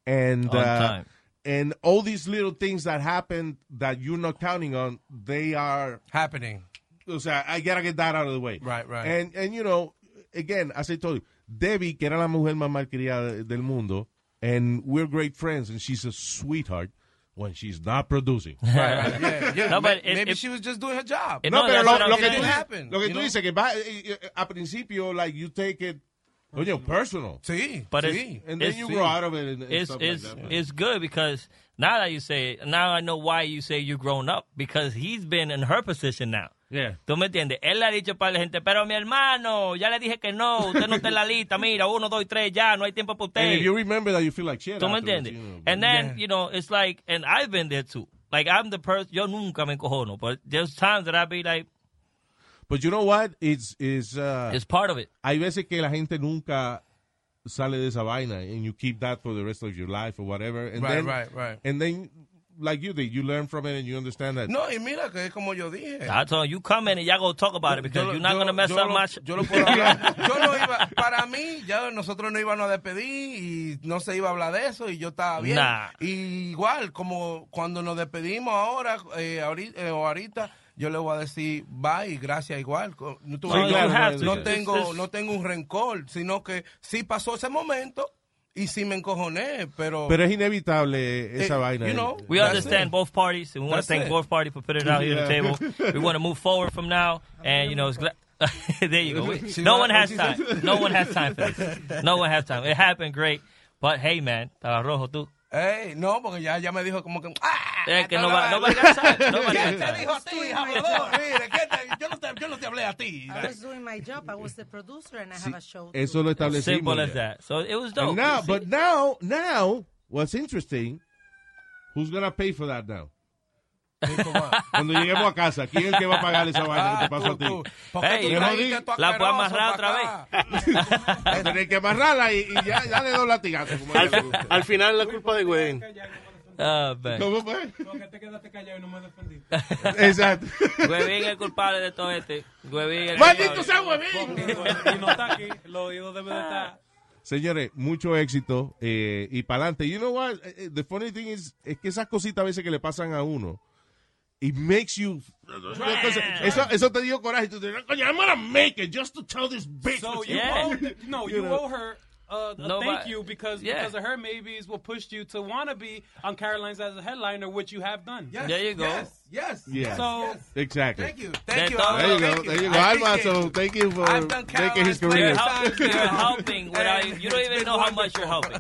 S5: and uh,
S14: On time.
S5: and all these little things that happen that you're not counting on, they are
S18: happening.
S5: O sea, I gotta get that out of the way. Right,
S18: right.
S5: And and you know, again, as I told you, Debbie, que era la mujer más malcriada del mundo, and we're great friends, and she's a sweetheart when she's not producing.
S18: Right, right, yeah, yeah.
S14: No, but
S18: May-
S14: it-
S18: maybe
S14: it-
S18: she was just doing her job.
S5: No, pero lo, lo que tú,
S18: It
S5: dices-
S18: happened,
S5: lo que
S18: you
S5: tú
S18: know?
S5: dices que va eh, eh, a principio, like you take it, oye, personal.
S18: Sí,
S14: But
S5: sí.
S14: it's,
S5: And then
S14: it's-
S5: you grow out of it and, and
S14: it's,
S5: stuff
S14: it's,
S5: like that. but-
S14: it's good because now that you say it, now I know why you say you're grown up because he's been in her position now.
S5: Yeah.
S14: ¿Tú me entiendes? Él le ha dicho para la gente, pero mi hermano, ya le dije que no, usted no está en la lista, mira, uno, dos, y tres, ya, no hay tiempo para
S5: And
S14: usted.
S5: if you remember that, you feel like shit.
S14: ¿Tú me
S5: afterwards,
S14: entiendes?
S5: you know, but-
S14: and then, you know, it's like, and I've been there too. Like, I'm the person, yo nunca me encojono, but there's times that I be like,
S5: But you know what? It's, it's, uh,
S14: It's part of it.
S5: Hay veces que la gente nunca sale de esa vaina and you keep that for the rest of your life or whatever. And
S18: Right,
S5: then,
S18: right, right.
S5: And then, like you did, you learn from it and you understand that.
S18: No, y mira que es como yo dije.
S14: I told you, you come in and y'all go talk about it because
S18: yo-
S14: you're not
S18: yo-
S14: going to mess
S18: yo
S14: up
S18: lo-
S14: my shit.
S18: yo lo puedo hablar. Yo no iba, para mí, ya nosotros no íbamos a despedir y no se iba a hablar de eso y yo estaba bien.
S14: Nah.
S18: Y igual, como cuando nos despedimos ahora, eh, ahori- eh, o ahorita, yo le voy a decir bye y gracias igual. Co- No, tú-
S5: Sí,
S18: no,
S5: claro,
S18: no
S5: claro, sí.
S18: tengo,
S5: Entonces-
S18: no tengo un rencor, sino que sí pasó ese momento y sí me encojoné, pero...
S5: Pero es inevitable esa
S18: Eh,
S5: vaina.
S18: you know,
S14: We
S18: That's
S14: understand
S18: it.
S14: both parties, and we want
S18: That's
S14: to thank
S18: it.
S14: both parties for putting it out here
S18: Yeah.
S14: on the table. We want to move forward from now, and you know, it's gla- there you go. We-
S18: She
S14: no
S18: laugh
S14: one
S18: when
S14: has
S18: she
S14: time.
S18: says-
S14: No one has time for this. No one has time. It happened great, but hey, man, estaba rojo tú.
S18: Ey, no, porque ya, ya me dijo como que... ¡Ah!
S14: Es que no va,
S18: Nobody
S14: nobody got time. Nobody
S18: ¿Qué
S14: got
S18: te
S14: time.
S18: dijo a ti, hablador? Mira, ¿qué te- yo, no te, yo no te hablé a ti.
S7: I was doing my job. I was the producer and I have a show.
S5: Eso lo establecimos.
S14: Simple
S5: ya.
S14: as that. So it was
S5: And
S14: dope.
S5: now,
S14: See?
S5: but now, now, what's interesting, who's gonna pay for that now? Cuando lleguemos a casa, ¿quién es el que va a pagar esa vaina que te pasó a ti?
S18: ¿Por qué tú
S5: Te lo
S18: trajiste
S5: digo.
S18: tu La puedo amarrar otra
S5: Vas a tener que amarrarla y, y ya, ya le doy latigazo. como
S17: Al,
S5: a ella le gusta.
S17: al final la culpa de Gwen.
S14: Ah, man.
S20: ¿Cómo fue?
S16: Porque te quedaste callado y no me defendí.
S20: eh. Exacto.
S14: Huevín es el culpable de todo este. Huevín el
S20: ¡Maldito
S14: culpable.
S20: sea huevín!
S16: Y no está aquí, los oídos deben de estar.
S5: Señores, mucho éxito eh, y para adelante. You know what? Eh, eh, The funny thing is, es que esas cositas a veces que le pasan a uno, it makes you. Eso, eso te dio coraje. Tú te dices, coño, I'm gonna make it just to tell this bitch.
S16: So
S5: what
S16: you
S5: want."
S16: owe, no,
S5: You
S16: you
S5: know?
S16: owe her uh, a
S5: No,
S16: thank
S5: but-
S16: you because
S5: yeah.
S16: because of her maybe is what pushed you to want to be on Caroline's as a headliner, which you have done.
S15: Yes, There you go. yes, yes,
S5: Yeah.
S16: So
S5: exactly.
S16: Thank you,
S14: thank you,
S5: There you
S14: Alvaro,
S5: go.
S14: thank
S5: There
S14: you.
S5: you go.
S14: I
S5: Alfonso, thank you for making his
S14: You're
S5: career.
S14: helping, you're helping without, you don't even know how much you're helping.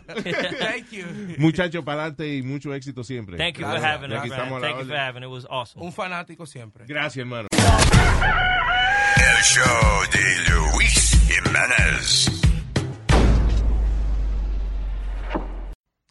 S14: Thank
S15: you.
S5: Muchachos, para adelante y mucho éxito siempre.
S14: Thank you for
S5: Claro,
S14: having us,
S5: aquí
S14: man.
S5: estamos a la
S14: Thank you for
S5: orden.
S14: having us. It was awesome.
S15: Un fanático siempre.
S5: Gracias, hermano.
S13: El show de Luis Jiménez.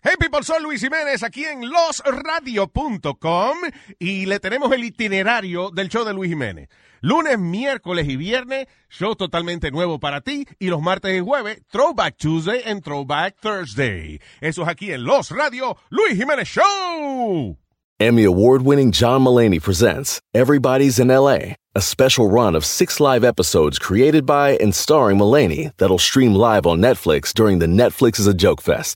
S5: Hey people, soy Luis Jiménez aquí en losradio.com y le tenemos el itinerario del show de Luis Jiménez. Lunes, miércoles y viernes, show totalmente nuevo para ti y los martes y jueves, Throwback Tuesday and Throwback Thursday. Eso es aquí en Los Radio Luis Jiménez Show.
S23: Emmy award winning John Mullaney presents Everybody's in LA, a special run of six live episodes created by and starring Mullaney that'll stream live on Netflix during the Netflix is a Joke Fest.